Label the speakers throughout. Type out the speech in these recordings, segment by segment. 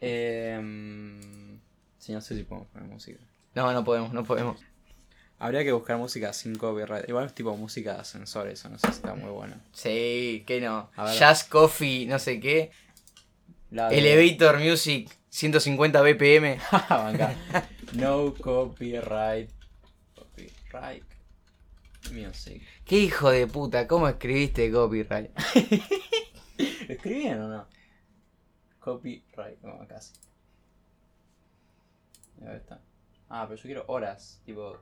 Speaker 1: Em, no sé si podemos poner música.
Speaker 2: No, no podemos, no podemos.
Speaker 1: Habría que buscar música sin copyright. Igual es tipo música de ascensor, eso no sé si está muy bueno.
Speaker 2: Sí, que no.
Speaker 1: A ver.
Speaker 2: Jazz Coffee, no sé qué.
Speaker 1: La de- Ah,
Speaker 2: Elevator Music, 150 BPM.
Speaker 1: Banca. No copyright. Copyright. Music.
Speaker 2: Qué hijo de puta, ¿cómo escribiste copyright?
Speaker 1: ¿Lo escribí bien o no? Copyright. No, acá sí. A ver, está. Ah, pero yo quiero horas. Tipo.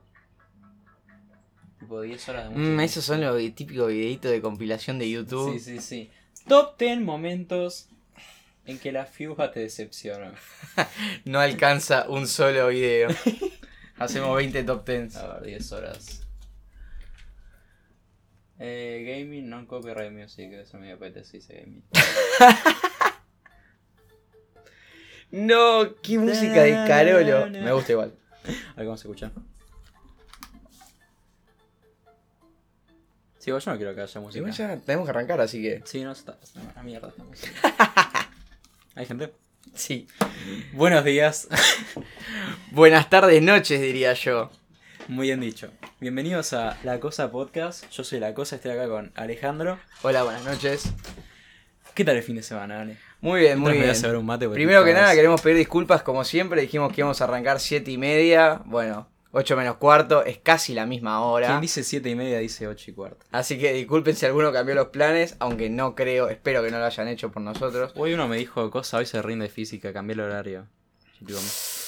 Speaker 1: Tipo 10 horas de música.
Speaker 2: Mm, esos son los típicos videitos de compilación de YouTube.
Speaker 1: Sí, sí, sí. Top 10 momentos en que la fiuja te decepciona.
Speaker 2: No alcanza un solo video. Hacemos 20 top 10.
Speaker 1: A ver, 10 horas. Eh, gaming, non copyright music, eso me apetece, dice gaming.
Speaker 2: No, qué música de Carolo. Me gusta igual.
Speaker 1: A ver cómo se escucha. Sí, igual yo no quiero que haya música.
Speaker 2: Igual ya tenemos que arrancar, así que.
Speaker 1: Sí, no, está, es una mierda esta música. ¿Hay gente?
Speaker 2: Sí.
Speaker 1: Buenos días,
Speaker 2: Buenas tardes, noches, diría yo.
Speaker 1: muy bien dicho. Bienvenidos a La Cosa Podcast, yo soy La Cosa, estoy acá con Alejandro.
Speaker 2: Hola, buenas noches.
Speaker 1: ¿Qué tal el fin de semana, Ale?
Speaker 2: Muy bien,
Speaker 1: Mientras
Speaker 2: muy
Speaker 1: me voy a
Speaker 2: bien.
Speaker 1: cebar un mate porque
Speaker 2: Primero que
Speaker 1: estás-
Speaker 2: nada, queremos pedir disculpas, como siempre. Dijimos que íbamos a arrancar 7 y media. Bueno, 8 menos cuarto, es casi la misma hora.
Speaker 1: Quien dice 7 y media dice 8 y cuarto.
Speaker 2: Así que disculpen si alguno cambió los planes, aunque no creo, espero que no lo hayan hecho por nosotros.
Speaker 1: Hoy uno me dijo cosa, hoy se rinde física, cambié el horario. Yo digo,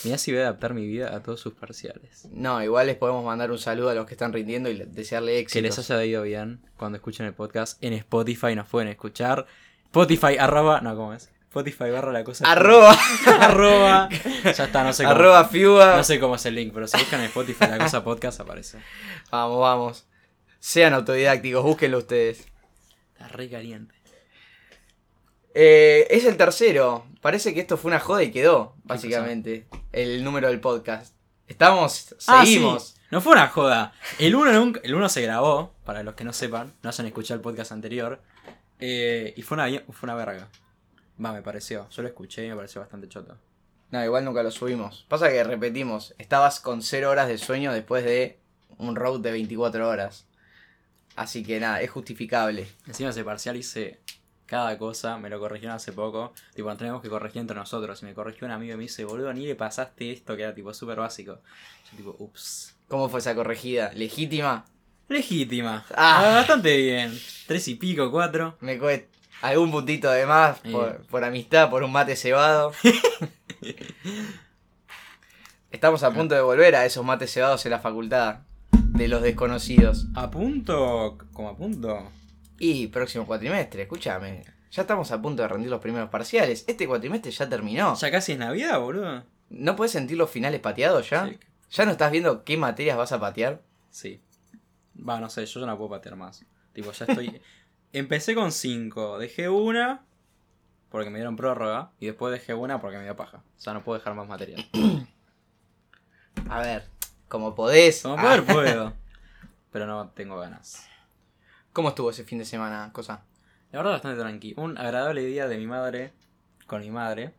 Speaker 1: mirá si voy a adaptar mi vida a todos sus parciales.
Speaker 2: No, igual les podemos mandar un saludo a los que están rindiendo y le- desearle
Speaker 1: Que les
Speaker 2: éxito.
Speaker 1: haya ido bien cuando escuchen el podcast en Spotify, nos pueden escuchar. Spotify arroba, no, ¿cómo es? Spotify barra la cosa.
Speaker 2: Arroba,
Speaker 1: arroba. Ya está, no sé cómo.
Speaker 2: arroba Fiuba.
Speaker 1: No sé cómo es el link, pero si buscan en Spotify la cosa podcast aparece.
Speaker 2: Vamos, vamos. Sean autodidácticos, búsquenlo ustedes.
Speaker 1: Está re caliente.
Speaker 2: Eh, es el tercero. Parece que esto fue una joda y quedó, básicamente. El número del podcast. Estamos, seguimos.
Speaker 1: Ah, sí. No fue una joda. El 1 nunca, el uno se grabó, para los que no sepan, no hayan escuchado el podcast anterior. eh, y fue una, bien- fue una verga. Va, me pareció. Yo lo escuché y me pareció bastante choto.
Speaker 2: No, igual nunca lo subimos. Pasa que repetimos, estabas con 0 horas de sueño después de un road de 24 horas. Así que nada, es justificable.
Speaker 1: Encima ese parcial hice cada cosa, me lo corrigieron hace poco. Tipo, nos teníamos que corregir entre nosotros. Y me corrigió un amigo y me dice, boludo, ni le pasaste esto que era tipo súper básico. Yo tipo, ups.
Speaker 2: ¿Cómo fue esa corregida? ¿Legítima?
Speaker 1: Legítima.
Speaker 2: Ah.
Speaker 1: Ah, bastante bien. Tres y pico, cuatro.
Speaker 2: Me cuesta algún puntito de más
Speaker 1: Sí.
Speaker 2: por, por amistad, por un mate cebado. Estamos a punto de volver a esos mates cebados en la facultad de los desconocidos.
Speaker 1: A punto, como a punto.
Speaker 2: Y próximo cuatrimestre, escúchame. Ya estamos a punto de rendir los primeros parciales. Este cuatrimestre ya terminó.
Speaker 1: Ya casi es Navidad, boludo.
Speaker 2: ¿No puedes sentir los finales pateados ya?
Speaker 1: Sí.
Speaker 2: ¿Ya no estás viendo qué materias vas a patear?
Speaker 1: Sí. Va, no sé, yo ya no puedo patear más. Tipo, ya estoy. Empecé con 5, dejé una porque me dieron prórroga y después dejé una porque me dio paja. O sea, no puedo dejar más material.
Speaker 2: A ver, como podés.
Speaker 1: Como
Speaker 2: Ah,
Speaker 1: poder puedo, pero no tengo ganas.
Speaker 2: ¿Cómo estuvo ese fin de semana, cosa?
Speaker 1: La verdad, bastante tranqui. Un agradable día de mi madre con mi madre.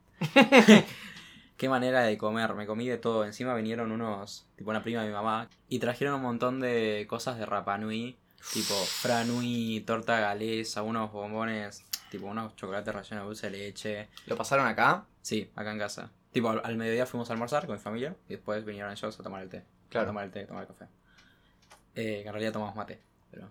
Speaker 1: Qué manera de comer, me comí de todo. Encima vinieron unos, tipo una prima de mi mamá, y trajeron un montón de cosas de Rapa Nui, tipo Franui, torta galesa, unos bombones, tipo unos chocolates rellenos de dulce de leche.
Speaker 2: ¿Lo pasaron acá?
Speaker 1: Sí, acá en casa. Tipo, al, al mediodía fuimos a almorzar con mi familia y después vinieron ellos a tomar el té.
Speaker 2: Claro.
Speaker 1: A tomar el té, a tomar el café. Eh, que en realidad tomamos mate, pero.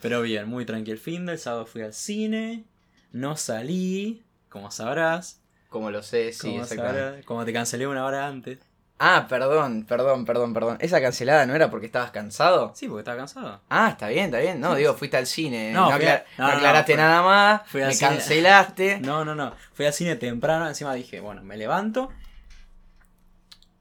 Speaker 1: pero bien, muy tranquilo el fin del sábado fui al cine, no salí, como sabrás.
Speaker 2: Como lo sé, sí,
Speaker 1: como,
Speaker 2: exactamente.
Speaker 1: sabrás, como te cancelé una hora antes.
Speaker 2: Ah, perdón, perdón, perdón, perdón. ¿Esa cancelada no era porque estabas cansado?
Speaker 1: Sí, porque estaba cansado.
Speaker 2: Ah, está bien, está bien. No,
Speaker 1: Sí,
Speaker 2: digo, fuiste al cine. No,
Speaker 1: No, fui a-
Speaker 2: aclar-
Speaker 1: no,
Speaker 2: no
Speaker 1: no,
Speaker 2: aclaraste
Speaker 1: fui-
Speaker 2: nada más.
Speaker 1: fui al
Speaker 2: me
Speaker 1: cine.
Speaker 2: cancelaste.
Speaker 1: No, no, no. Fui al cine temprano, encima dije, bueno, me levanto.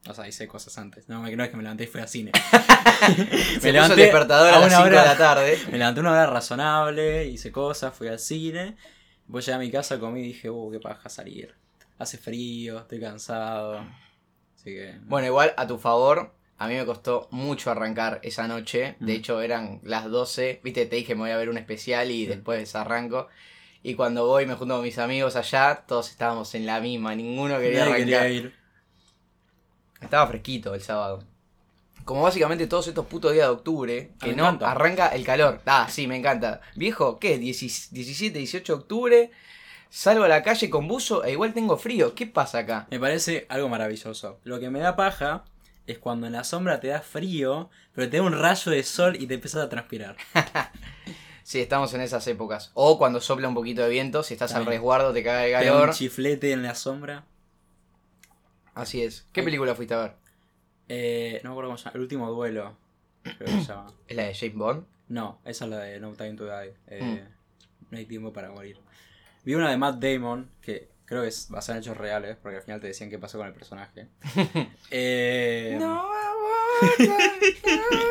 Speaker 1: O sea, hice cosas antes. No, me- no es que me levanté y fui al cine.
Speaker 2: Se puso el despertador a, las 5 de la tarde.
Speaker 1: Me levanté una hora razonable, hice cosas, fui al cine. Después llegué a mi casa, comí y dije, uh, qué paja salir. Hace frío, estoy cansado. Así que.
Speaker 2: Bueno, igual, a tu favor, a mí me costó mucho arrancar esa noche. De
Speaker 1: Mm.
Speaker 2: hecho, eran las 12. Viste, te dije me voy a ver un especial y después arranco. Y cuando voy, me junto con mis amigos allá, todos estábamos en la misma. Ninguno quería
Speaker 1: nadie
Speaker 2: arrancar.
Speaker 1: ir.
Speaker 2: Estaba fresquito el sábado. Como básicamente todos estos putos días de octubre,
Speaker 1: Ah,
Speaker 2: que
Speaker 1: me
Speaker 2: no
Speaker 1: encanta.
Speaker 2: arranca el calor. Ah, sí, me encanta. Viejo, ¿qué? 10 17, 18 de octubre, salgo a la calle con buzo e igual tengo frío. ¿Qué pasa acá?
Speaker 1: Me parece algo maravilloso. Lo que me da paja es cuando en la sombra te da frío, pero te da un rayo de sol y te empiezas a transpirar.
Speaker 2: Sí, estamos en esas épocas. O cuando sopla un poquito de viento, si estás al
Speaker 1: También.
Speaker 2: resguardo, te caga
Speaker 1: Te
Speaker 2: el
Speaker 1: da
Speaker 2: calor.
Speaker 1: un chiflete en la sombra.
Speaker 2: Así es. ¿Qué película fuiste a ver?
Speaker 1: Eh, no me acuerdo cómo se llama. El último duelo. Creo que se llama.
Speaker 2: ¿Es la de James Bond?
Speaker 1: No, esa es la de No Time to Die. eh, No hay tiempo para morir. Vi una de Matt Damon, que creo que es basada en hechos reales, porque al final te decían qué pasó con el personaje. Eh,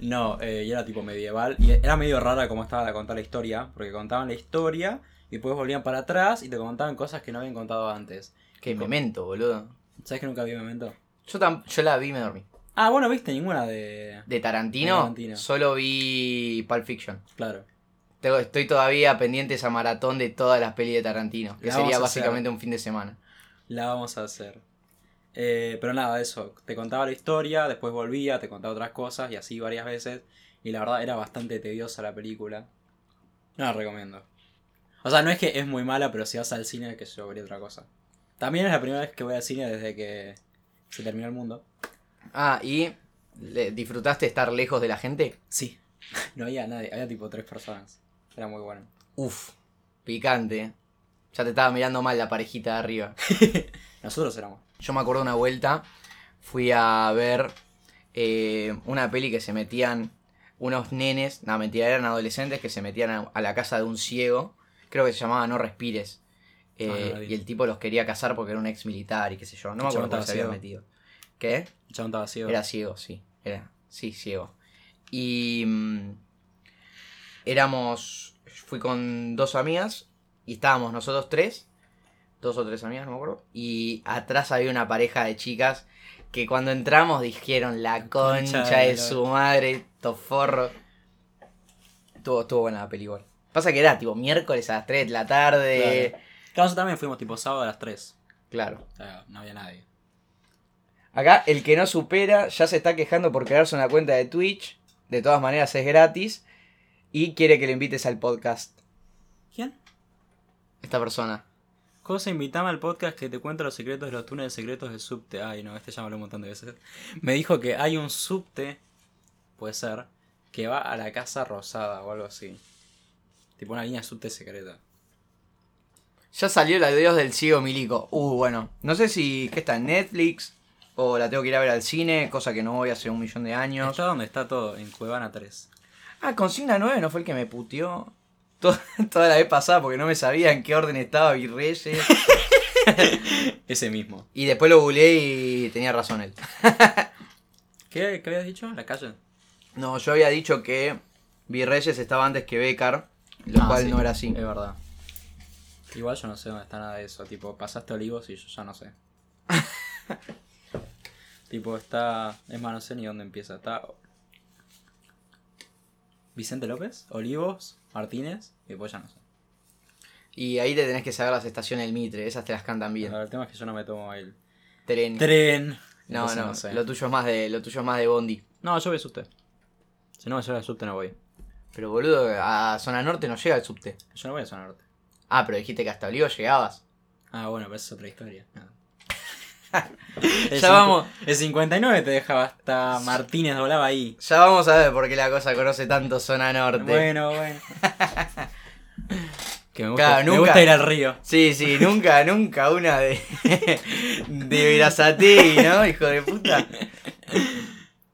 Speaker 1: No, eh, y era tipo medieval. Y era medio rara como estaba de contar la historia, porque contaban la historia y después volvían para atrás y te contaban cosas que no habían contado antes.
Speaker 2: Qué memento, boludo.
Speaker 1: ¿Sabes que nunca vi momento?
Speaker 2: Yo, tam- yo la vi y me dormí.
Speaker 1: Ah, bueno, viste ninguna de.
Speaker 2: De Tarantino,
Speaker 1: De Tarantino.
Speaker 2: solo vi Pulp Fiction.
Speaker 1: Claro.
Speaker 2: Tengo- Estoy todavía pendiente esa maratón de todas las pelis de Tarantino, que
Speaker 1: La
Speaker 2: sería
Speaker 1: vamos a hacer.
Speaker 2: básicamente un fin de semana.
Speaker 1: La vamos a hacer. Eh, pero nada, eso. Te contaba la historia, después volvía, te contaba otras cosas y así varias veces. Y la verdad era bastante tediosa la película. No la recomiendo. O sea, no es que es muy mala, pero si vas al cine, que yo vería otra cosa. También es la primera vez que voy al cine desde que se terminó el mundo.
Speaker 2: Ah, y le- ¿disfrutaste estar lejos de la gente?
Speaker 1: Sí. No había nadie, había tipo tres personas. Era muy bueno.
Speaker 2: Uf, picante. Ya te estaba mirando mal la parejita de arriba.
Speaker 1: Nosotros éramos.
Speaker 2: Yo me acuerdo una vuelta, fui a ver eh, una peli que se metían unos nenes, no mentira, eran adolescentes que se metían a, a la casa de un ciego, creo que se llamaba No Respires. eh,
Speaker 1: Ah, no la vi.
Speaker 2: y el tipo los quería casar porque era un ex militar y qué sé yo, no me
Speaker 1: El chabón
Speaker 2: acuerdo cómo se había
Speaker 1: estaba
Speaker 2: metido. ¿Qué?
Speaker 1: El chabón estaba ciego.
Speaker 2: Era ciego, sí. Era, sí, ciego. Y mm, éramos, fui con dos amigas y estábamos nosotros tres, dos o tres amigas, no me acuerdo. Y atrás había una pareja de chicas que cuando entramos dijeron la
Speaker 1: Concha
Speaker 2: concha,
Speaker 1: de
Speaker 2: de,
Speaker 1: la-
Speaker 2: su madre, toforro. Estuvo, estuvo buena la peli igual. Pasa que era tipo miércoles a las 3 de la tarde. Claro.
Speaker 1: Claro, nosotros también fuimos tipo sábado a las 3. O sea, no había nadie.
Speaker 2: Acá el que no supera ya se está quejando por crearse una cuenta de Twitch. De todas maneras es gratis. Y quiere que lo invites al podcast.
Speaker 1: ¿Quién?
Speaker 2: Esta persona.
Speaker 1: Cosa, invitame al podcast que te cuento los secretos de los túneles secretos del subte. Ay, no, este ya me habló un montón de veces. Me dijo que hay un subte, puede ser, que va a la Casa Rosada o algo así. Tipo una línea subte secreta.
Speaker 2: Ya salió la de Dios del Ciego Milico. Uh, bueno. No sé si que está en Netflix. O la tengo que ir a ver al cine. Cosa que no voy hace un millón de años.
Speaker 1: Está donde está todo, en Cuevana 3.
Speaker 2: Ah, Consigna 9 no fue el que me puteó. to- Toda la vez pasada porque no me sabía en qué orden estaba Virreyes.
Speaker 1: Ese mismo.
Speaker 2: Y después lo googleé y tenía razón él.
Speaker 1: ¿Qué, qué habías dicho? La calle.
Speaker 2: No, yo había dicho que Virreyes estaba antes que Becar, lo
Speaker 1: Ah,
Speaker 2: cual
Speaker 1: sí,
Speaker 2: no era así.
Speaker 1: Es verdad. Igual yo no sé dónde está nada de eso. Tipo, pasaste olivos y yo ya no sé. tipo, está. Es más, no sé ni dónde empieza. Está. Vicente López, Olivos, Martínez, y después ya no sé.
Speaker 2: Y ahí te tenés que saber las estaciones del Mitre, esas te las cantan bien.
Speaker 1: Ahora, el tema es que yo no me tomo el
Speaker 2: Tren.
Speaker 1: tren.
Speaker 2: No,
Speaker 1: Entonces
Speaker 2: no,
Speaker 1: sé.
Speaker 2: lo tuyo es más de lo tuyo es más de Bondi.
Speaker 1: No, yo voy a subte. Si no me llega el subte, no voy.
Speaker 2: Pero boludo, a zona norte no llega el subte.
Speaker 1: Yo no voy a sonarte.
Speaker 2: Ah, pero dijiste que hasta Olivo llegabas.
Speaker 1: Ah, bueno, pero esa es otra historia. No.
Speaker 2: Ya
Speaker 1: El cincu-
Speaker 2: vamos.
Speaker 1: El 59 te dejaba hasta Martínez, doblaba ahí.
Speaker 2: Ya vamos a ver por qué la cosa conoce tanto zona norte.
Speaker 1: Bueno, bueno. que me gusta,
Speaker 2: Claro,
Speaker 1: me
Speaker 2: nunca-
Speaker 1: gusta ir al río.
Speaker 2: Sí, sí, nunca, nunca una de. de Verazategui, ¿no? Hijo de puta.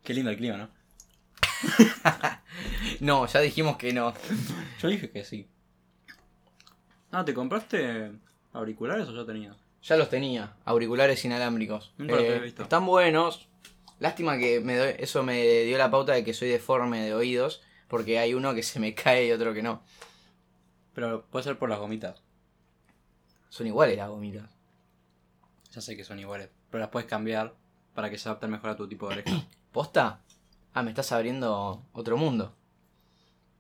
Speaker 1: Qué lindo el clima, ¿no?
Speaker 2: No, ya dijimos que no.
Speaker 1: Yo dije que sí. Ah, ¿te compraste auriculares o ya tenías?
Speaker 2: Ya los tenía, auriculares inalámbricos. Eh,
Speaker 1: Nunca los había visto.
Speaker 2: Están buenos. Lástima que me doy- eso me dio la pauta de que soy deforme de oídos, porque hay uno que se me cae y otro que no.
Speaker 1: Pero puede ser por las gomitas.
Speaker 2: Son iguales las gomitas.
Speaker 1: Ya sé que son iguales. Pero las puedes cambiar para que se adapten mejor a tu tipo de oreja.
Speaker 2: ¿Posta? Ah, me estás abriendo otro mundo.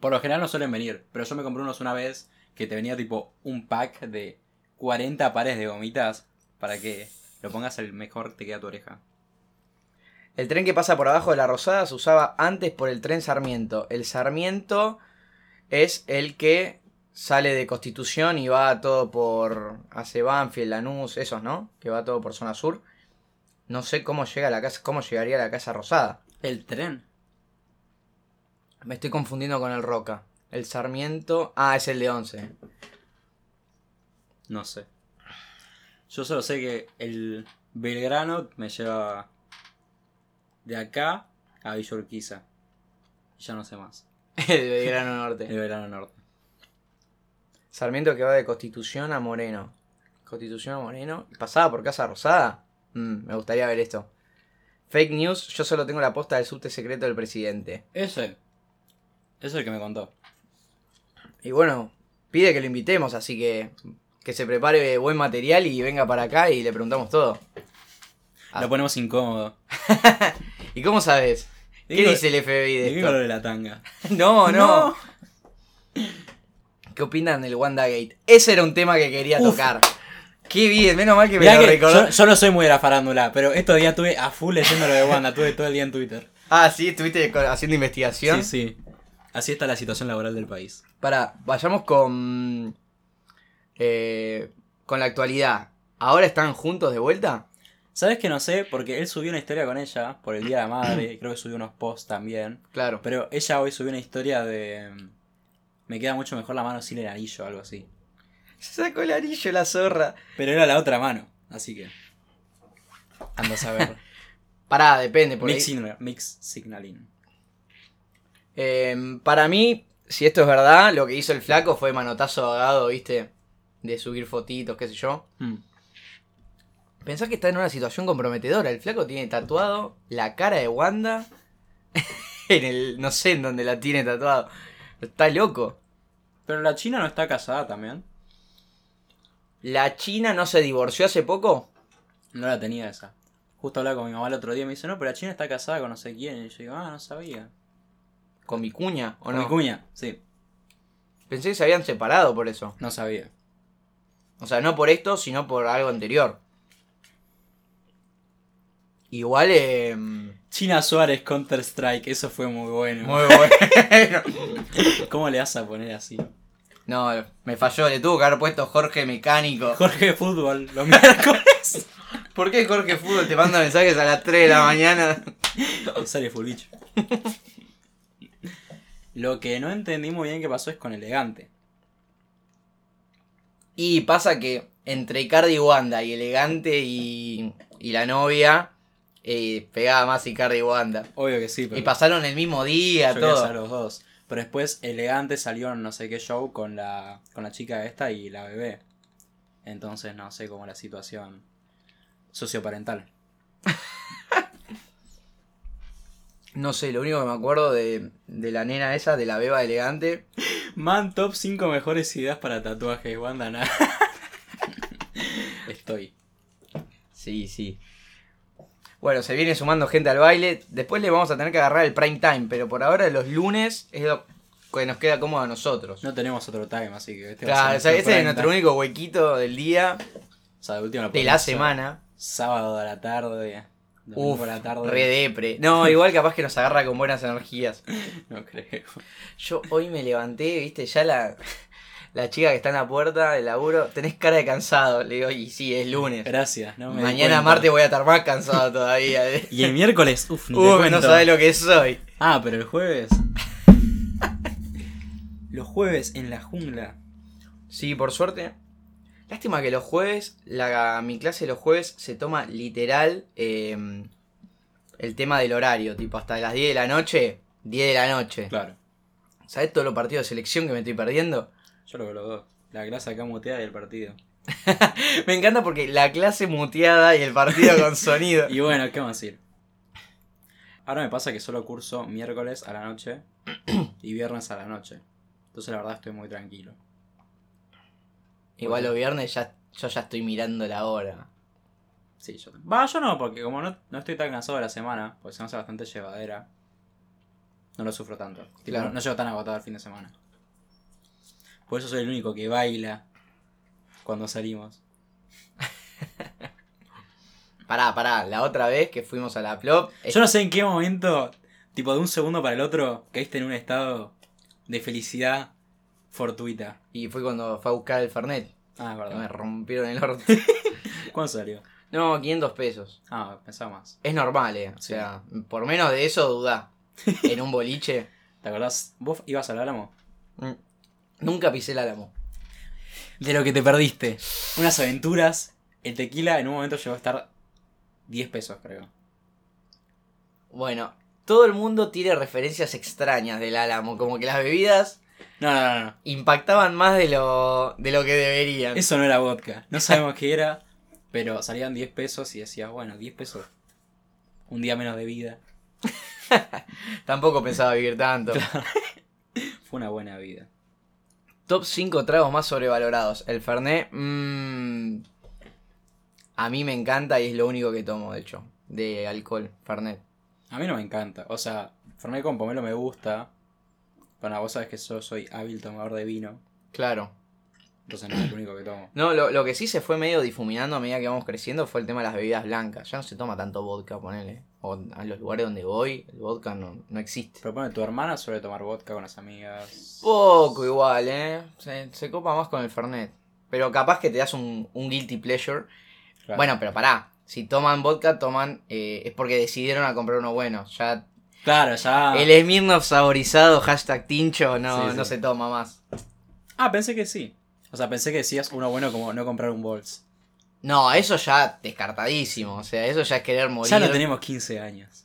Speaker 1: por lo general no suelen venir. Pero yo me compré unos una vez que te venía tipo un pack de 40 pares de gomitas para que lo pongas el mejor te queda tu oreja.
Speaker 2: El tren que pasa por abajo de la Rosada se usaba antes por el tren Sarmiento. El Sarmiento es el que sale de Constitución y va todo por. hace Banfield, Lanús, esos, ¿no? Que va todo por zona sur. No sé cómo llega a la casa, cómo llegaría a la Casa Rosada.
Speaker 1: ¿El tren?
Speaker 2: Me estoy confundiendo con el Roca. El Sarmiento. Ah, es el de 11.
Speaker 1: No sé. Yo solo sé que el Belgrano me lleva de acá a Villa Urquiza. Y ya no sé más.
Speaker 2: El Belgrano
Speaker 1: El
Speaker 2: Norte.
Speaker 1: Belgrano Norte.
Speaker 2: Sarmiento que va de Constitución a Moreno. Constitución a Moreno. Pasaba por Casa Rosada. Mm, me gustaría ver esto. Fake news, yo solo tengo la posta del subte secreto del presidente.
Speaker 1: Ese. Ese es el que me contó.
Speaker 2: Y bueno, pide que lo invitemos, así que que se prepare buen material y venga para acá y le preguntamos todo. Ah.
Speaker 1: Lo ponemos incómodo.
Speaker 2: ¿Y cómo sabes? ¿Qué
Speaker 1: Digo-
Speaker 2: dice este el FBI de
Speaker 1: Digo lo
Speaker 2: esto?
Speaker 1: de la tanga.
Speaker 2: No, no, ¿Qué opinan del WandaGate? Ese era un tema que quería
Speaker 1: Uf.
Speaker 2: tocar. Qué bien, menos mal que me
Speaker 1: Mirá
Speaker 2: lo
Speaker 1: que
Speaker 2: recordó.
Speaker 1: yo, yo no soy muy de la farándula, pero estos días tuve a full leyendo lo de Wanda, tuve todo el día en Twitter.
Speaker 2: Ah, sí, estuviste co- haciendo investigación.
Speaker 1: Sí, sí. Así está la situación laboral del país.
Speaker 2: Para, vayamos con. eh, con la actualidad. ¿Ahora están juntos de vuelta?
Speaker 1: ¿Sabes que no sé? Porque él subió una historia con ella por el Día de la Madre, y creo que subió unos posts también.
Speaker 2: Claro.
Speaker 1: Pero ella hoy subió una historia de. mm, Me queda mucho mejor la mano sin el anillo o algo así.
Speaker 2: Se sacó el anillo la zorra.
Speaker 1: Pero era la otra mano, así que. Ando a saber.
Speaker 2: Pará, depende. Por ahí-
Speaker 1: mix, signal- mix signaling.
Speaker 2: Eh, para mí, si esto es verdad, lo que hizo el flaco fue manotazo dado, ¿viste? De subir fotitos, qué sé yo.
Speaker 1: Hmm.
Speaker 2: Pensás que está en una situación comprometedora. El flaco tiene tatuado la cara de Wanda. en el. No sé en dónde la tiene tatuado. Está loco.
Speaker 1: Pero la china no está casada también.
Speaker 2: ¿La China no se divorció hace poco?
Speaker 1: No la tenía esa. Justo hablaba con mi mamá el otro día y me dice, no, pero la china está casada con no sé quién. Y yo digo, ah, no sabía.
Speaker 2: ¿Con mi cuña o
Speaker 1: Con
Speaker 2: no?
Speaker 1: mi cuña, sí,
Speaker 2: Pensé que se habían separado por eso.
Speaker 1: no sabía.
Speaker 2: O sea, no por esto, sino por algo anterior. Igual, eh.
Speaker 1: China Suárez Counter Strike, eso fue muy bueno.
Speaker 2: Muy bueno.
Speaker 1: ¿Cómo le vas a poner así?
Speaker 2: No, me falló, le tuvo que haber puesto Jorge Mecánico.
Speaker 1: Jorge Fútbol, los miércoles.
Speaker 2: ¿Por qué Jorge Fútbol te manda mensajes a las 3 de la mañana?
Speaker 1: Me sale full bicho. Lo que no entendí muy bien que pasó es con elegante.
Speaker 2: Y pasa que entre Icardi y Wanda y Elegante y, y la novia, eh, pegaba más Icardi y Wanda.
Speaker 1: Obvio que sí, pero
Speaker 2: Y pasaron el mismo día,
Speaker 1: yo quería
Speaker 2: todo.
Speaker 1: saber los dos. Pero después elegante salió en no sé qué show con la, con la chica esta y la bebé. Entonces no sé cómo la situación socioparental.
Speaker 2: No sé, lo único que me acuerdo de, de la nena esa, de la beba de Elegante.
Speaker 1: Man, top 5 mejores ideas para tatuajes, Wanda nada. Estoy.
Speaker 2: Sí, sí. Bueno, se viene sumando gente al baile. Después le vamos a tener que agarrar el prime time, pero por ahora los lunes es lo que nos queda cómodo a nosotros.
Speaker 1: No tenemos otro time, así que este va a
Speaker 2: Claro,
Speaker 1: ser
Speaker 2: o sea, ese es
Speaker 1: prime
Speaker 2: nuestro
Speaker 1: time.
Speaker 2: único huequito del día,
Speaker 1: O sea, de última lo
Speaker 2: de la
Speaker 1: podemos hacer
Speaker 2: semana.
Speaker 1: Sábado a la tarde. domingo
Speaker 2: Uf,
Speaker 1: a la tarde.
Speaker 2: re depre. No, igual capaz que nos agarra con buenas energías.
Speaker 1: No creo.
Speaker 2: Yo hoy me levanté, viste, ya la, la chica que está en la puerta del laburo, tenés cara de cansado. Le digo, y sí, es lunes.
Speaker 1: Gracias, no me di
Speaker 2: Mañana
Speaker 1: cuenta.
Speaker 2: martes voy a estar más cansado todavía. ¿eh?
Speaker 1: Y el miércoles, uff, ni te
Speaker 2: Uy,
Speaker 1: cuento.
Speaker 2: no sabés lo que soy.
Speaker 1: Ah, pero el jueves. Los jueves en la jungla.
Speaker 2: Sí, por suerte. Lástima que los jueves, la, mi clase los jueves se toma literal eh, el tema del horario, tipo hasta las 10 de la noche, 10 de la noche.
Speaker 1: Claro.
Speaker 2: ¿Sabés todos los partidos de selección que me estoy perdiendo?
Speaker 1: Yo lo veo los dos. La grasa acá muteada y el partido.
Speaker 2: Me encanta porque la clase muteada y el partido con sonido.
Speaker 1: Y bueno, ¿qué vamos a decir? Ahora me pasa que solo curso miércoles a la noche y viernes a la noche. Entonces la verdad estoy muy tranquilo.
Speaker 2: Igual los viernes ya, yo ya estoy mirando la hora.
Speaker 1: Sí, yo también. Va, yo no, porque como no, no estoy tan cansado de la semana, porque se me hace bastante llevadera, no lo sufro tanto. Tipo,
Speaker 2: Claro.
Speaker 1: No, no llego tan agotado el fin de semana. Por eso soy el único que baila cuando salimos.
Speaker 2: Pará, pará, la otra vez que fuimos a la plop.
Speaker 1: Yo no sé en qué momento, tipo de un segundo para el otro, caíste en un estado de felicidad fortuita.
Speaker 2: Y fue cuando fue a buscar el Fernet.
Speaker 1: Ah, es
Speaker 2: que Me
Speaker 1: verdad.
Speaker 2: rompieron el orto.
Speaker 1: ¿Cuándo salió?
Speaker 2: No, 500 pesos.
Speaker 1: Ah, pensaba más.
Speaker 2: Es normal, eh. O
Speaker 1: Sí.
Speaker 2: sea, por menos de eso dudá. En un boliche.
Speaker 1: ¿Te acordás? ¿Vos ibas al Álamo?
Speaker 2: mm, Nunca pisé el álamo.
Speaker 1: De lo que te perdiste. Unas aventuras. El tequila en un momento llegó a estar 10 pesos, creo.
Speaker 2: Bueno, todo el mundo tiene referencias extrañas del álamo. Como que las bebidas
Speaker 1: No, no, no, no.
Speaker 2: impactaban más de lo, de lo que deberían.
Speaker 1: Eso no era vodka. No sabemos qué era, pero salían 10 pesos y decías, bueno, 10 pesos. Un día menos de vida.
Speaker 2: Tampoco pensaba vivir tanto.
Speaker 1: Fue una buena vida.
Speaker 2: Top 5 tragos más sobrevalorados. El Fernet. mm, a mí me encanta y es lo único que tomo, de hecho. De alcohol, Fernet.
Speaker 1: A mí no me encanta. O sea, Fernet con pomelo me gusta. Bueno, vos sabés que yo soy hábil tomador de vino.
Speaker 2: Claro.
Speaker 1: Entonces no es el único que tomo.
Speaker 2: No, lo, lo que sí se fue medio difuminando a medida que vamos creciendo fue el tema de las bebidas blancas. Ya no se toma tanto vodka, ponele. O a los lugares donde voy, el vodka no, no existe.
Speaker 1: Pero bueno, tu hermana suele tomar vodka con las amigas.
Speaker 2: Poco igual, ¿eh? Se, se copa más con el Fernet. Pero capaz que te das un, un guilty pleasure.
Speaker 1: Claro.
Speaker 2: Bueno, pero pará. Si toman vodka, toman. eh, es porque decidieron a comprar uno bueno. Ya
Speaker 1: Claro, ya.
Speaker 2: El Smirnoff saborizado, hashtag tincho, no,
Speaker 1: Ah. Sí, sí.
Speaker 2: no se toma más.
Speaker 1: Ah, pensé que sí. O sea, pensé que decías uno bueno como no comprar un bols.
Speaker 2: No, eso ya descartadísimo. O sea, eso ya es querer morir.
Speaker 1: Ya no tenemos 15 años.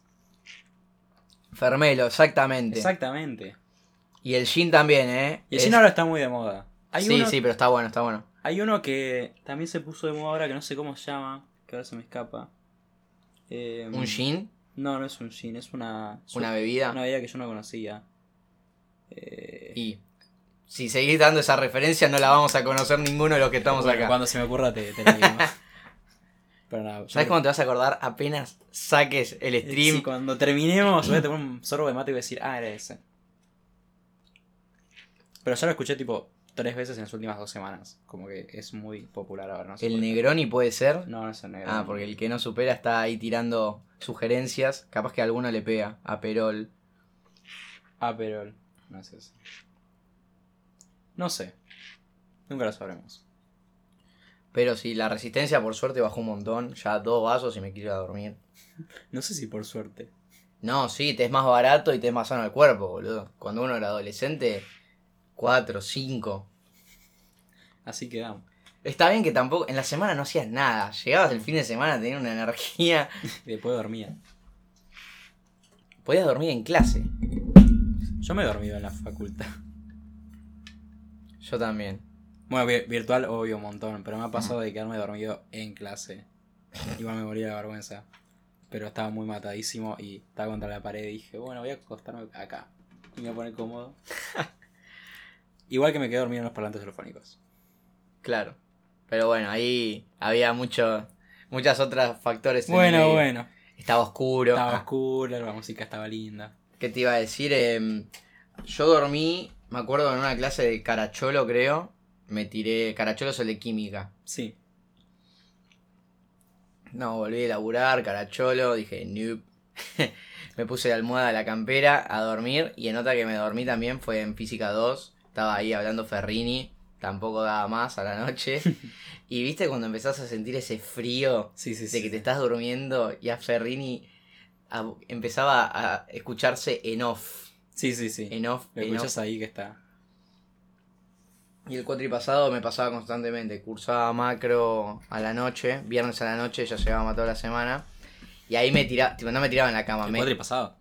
Speaker 2: Fermelo, exactamente.
Speaker 1: Exactamente.
Speaker 2: Y el gin también, ¿eh?
Speaker 1: Y el
Speaker 2: Es-
Speaker 1: gin ahora está muy de moda. Hay,
Speaker 2: Sí,
Speaker 1: uno,
Speaker 2: sí, pero está bueno, está bueno.
Speaker 1: hay uno que también se puso de moda ahora que no sé cómo se llama, que ahora se me escapa. Eh,
Speaker 2: Un gin,
Speaker 1: No, no es un gin, es una. es
Speaker 2: una bebida.
Speaker 1: Una bebida que yo no conocía. Eh,
Speaker 2: Y si seguís dando esa referencia, no la vamos a conocer ninguno de los que estamos
Speaker 1: bueno,
Speaker 2: acá.
Speaker 1: Cuando se me ocurra te, te lo digo. Pero nada, yo
Speaker 2: ¿Sabes
Speaker 1: creo-
Speaker 2: cómo te vas a acordar? Apenas saques el stream.
Speaker 1: Sí, cuando terminemos voy a tomar un sorbo de mate y voy a decir, ah, era ese. Pero ya lo escuché tipo tres veces en las últimas dos semanas. Como que es muy popular ahora, no sé
Speaker 2: El
Speaker 1: por qué.
Speaker 2: Negroni puede ser.
Speaker 1: No, no es el negro.
Speaker 2: Ah, porque el que no supera está ahí tirando sugerencias. Capaz que a alguno le pega. A Perol.
Speaker 1: Ah, pero no es ese. No sé. Nunca lo sabremos.
Speaker 2: Pero sí, la resistencia por suerte bajó un montón. Ya dos vasos y me quiero ir a dormir.
Speaker 1: No sé si por suerte.
Speaker 2: No, sí, te es más barato y te es más sano el cuerpo, boludo. Cuando uno era adolescente, cuatro, cinco.
Speaker 1: Así ah, quedamos.
Speaker 2: Está bien que tampoco. En la semana no hacías nada. Llegabas el fin de semana, tenías una energía.
Speaker 1: Y después dormía.
Speaker 2: Podías dormir en clase.
Speaker 1: Yo me he dormido en la facultad.
Speaker 2: Yo también.
Speaker 1: Bueno, vi- virtual obvio un montón, pero me ha pasado de quedarme dormido en clase. Igual me moría de vergüenza. Pero estaba muy matadísimo y estaba contra la pared y dije, bueno, voy a acostarme acá. Y me voy a poner cómodo. Igual que me quedé dormido en los parlantes telefónicos.
Speaker 2: Claro. Pero bueno, ahí había mucho, muchas otras factores. en
Speaker 1: Bueno,
Speaker 2: medio.
Speaker 1: bueno.
Speaker 2: Estaba oscuro.
Speaker 1: Este, Estaba
Speaker 2: Ah,
Speaker 1: oscura, la música estaba linda.
Speaker 2: ¿Qué te iba a decir? Em, yo dormí, me acuerdo, en una clase de caracholo, creo. Me tiré. Caracholo es el de química.
Speaker 1: Sí.
Speaker 2: No, volví a laburar, caracholo, dije, noob. me puse la almohada de la campera a dormir y en otra que me dormí también fue en Física 2. Estaba ahí hablando Ferrini, tampoco daba más a la noche. y viste cuando empezás a sentir ese frío
Speaker 1: Sí, sí,
Speaker 2: de
Speaker 1: sí.
Speaker 2: que te estás durmiendo y a Ferrini a- empezaba a escucharse en off.
Speaker 1: Sí, sí, sí.
Speaker 2: En off,
Speaker 1: Lo
Speaker 2: en off.
Speaker 1: escuchas ahí que está.
Speaker 2: Y el cuatripasado me pasaba constantemente. Cursaba macro a la noche, viernes a la noche, ya llevaba toda la semana. Y ahí me tiraba, tipo, no me tiraba en la cama.
Speaker 1: El
Speaker 2: me-
Speaker 1: cuatri pasado.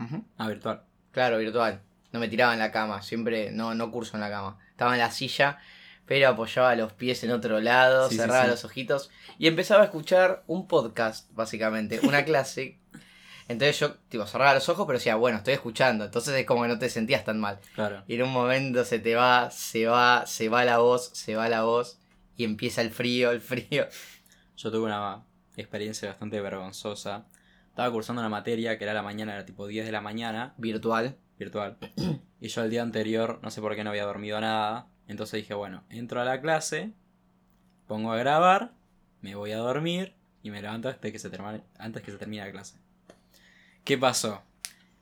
Speaker 2: Ujú.
Speaker 1: Ah, virtual.
Speaker 2: Claro, virtual. No me tiraba en la cama, siempre no, no curso en la cama. Estaba en la silla, pero apoyaba los pies en otro lado,
Speaker 1: Sí, sí,
Speaker 2: cerraba
Speaker 1: sí.
Speaker 2: los ojitos y empezaba a escuchar un podcast, básicamente, una clase. Entonces yo, tipo, cerraba los ojos, pero decía, bueno, estoy escuchando. Entonces es como que no te sentías tan mal.
Speaker 1: Claro.
Speaker 2: Y en un momento se te va, se va, se va la voz, se va la voz. Y empieza el frío, el frío.
Speaker 1: Yo tuve una experiencia bastante vergonzosa. Estaba cursando una materia que era la mañana, era tipo 10 de la mañana,
Speaker 2: Virtual.
Speaker 1: virtual. Y yo el día anterior, no sé por qué no había dormido nada. Entonces dije, bueno, entro a la clase, pongo a grabar, me voy a dormir y me levanto antes que se termine, antes que se termine la clase. ¿Qué pasó?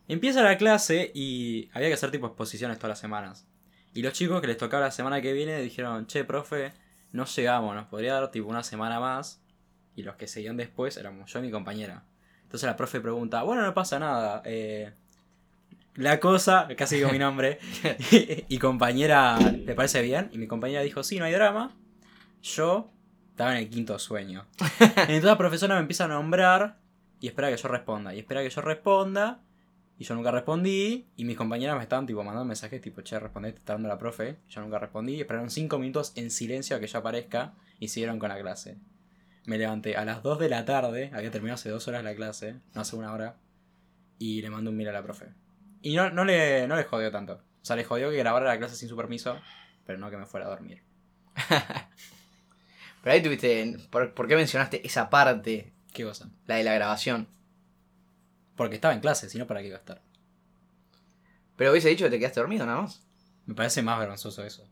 Speaker 1: Empieza la clase y había que hacer tipo exposiciones todas las semanas. Y los chicos que les tocaba la semana que viene dijeron, che, profe, no llegamos, nos podría dar tipo una semana más. Y los que seguían después éramos yo y mi compañera. Entonces la profe pregunta, bueno, no pasa nada. eh, la cosa, casi digo mi nombre, y compañera, ¿le parece bien? Y mi compañera dijo, sí, no hay drama. Yo estaba en el quinto sueño. Entonces la profesora me empieza a nombrar y espera que yo responda. Y espera que yo responda. Y yo nunca respondí. Y mis compañeras me estaban tipo mandando mensajes tipo, che, respondete, está dando la profe. Yo nunca respondí. Y esperaron 5 minutos en silencio a que yo aparezca. Y siguieron con la clase. Me levanté a las 2 de la tarde. Había terminado hace 2 horas la clase. No hace una hora. Y le mandé un mail a la profe. Y no, no, le, no le jodió tanto. O sea, le jodió que grabara la clase sin su permiso. Pero no que me fuera a dormir.
Speaker 2: Pero ahí tuviste. ¿Por, por qué mencionaste esa parte?
Speaker 1: ¿Qué cosa?
Speaker 2: La de la grabación.
Speaker 1: Porque estaba en clase, si no, ¿para qué iba a estar?
Speaker 2: Pero hubiese dicho que te quedaste dormido nada más.
Speaker 1: Me parece más vergonzoso eso.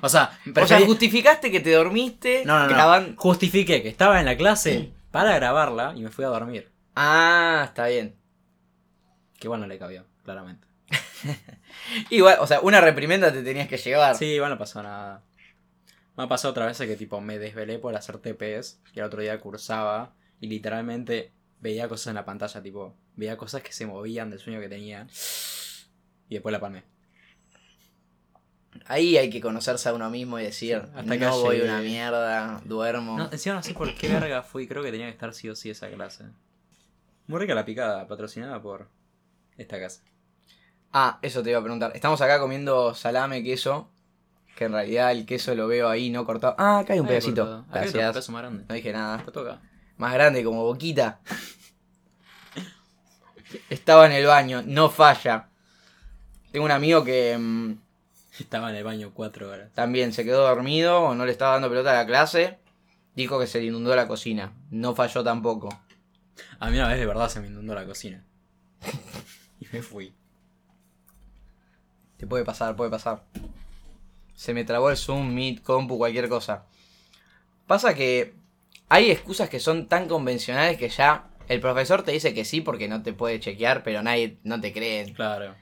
Speaker 1: O sea,
Speaker 2: Pero o sea,
Speaker 1: preferí-
Speaker 2: justificaste que te dormiste.
Speaker 1: no, no, no.
Speaker 2: graban-
Speaker 1: Justifiqué que estaba en la clase para grabarla y me fui a dormir.
Speaker 2: Ah, está bien.
Speaker 1: Que igual no le cabía, claramente.
Speaker 2: Igual, o sea, una reprimenda te tenías que llevar.
Speaker 1: Sí, igual no pasó nada. Me ha pasado otra vez que tipo me desvelé por hacer TPs y al otro día cursaba y literalmente veía cosas en la pantalla, tipo, veía cosas que se movían del sueño que tenía. Y después la palmé.
Speaker 2: Ahí hay que conocerse a uno mismo y decir,
Speaker 1: Hasta acá
Speaker 2: no voy
Speaker 1: llegué".
Speaker 2: una mierda, duermo.
Speaker 1: No, encima no sé por qué verga fui, creo que tenía que estar sí o sí esa clase. Muy rica la picada, patrocinada por esta casa.
Speaker 2: Ah, eso te iba a preguntar. Estamos acá comiendo salame, queso. Que en realidad el queso lo veo ahí no cortado. Ah, acá hay un
Speaker 1: Ay, por
Speaker 2: pedacito.
Speaker 1: todo. Acá hay otro
Speaker 2: Gracias.
Speaker 1: pedazo más grande.
Speaker 2: No dije nada.
Speaker 1: Te toca.
Speaker 2: Más grande, como boquita. Estaba en el baño, no falla. Tengo un amigo que mm,
Speaker 1: Estaba en el baño cuatro horas.
Speaker 2: también se quedó dormido o no le estaba dando pelota a la clase. Dijo que se le inundó la cocina. No falló tampoco.
Speaker 1: A mí una vez de verdad se me inundó la cocina. y me fui.
Speaker 2: Te puede pasar, puede pasar. Se me trabó el Zoom, Meet, Compu, cualquier cosa. Pasa que hay excusas que son tan convencionales que ya el profesor te dice que sí porque no te puede chequear, pero nadie no te cree.
Speaker 1: Claro. Como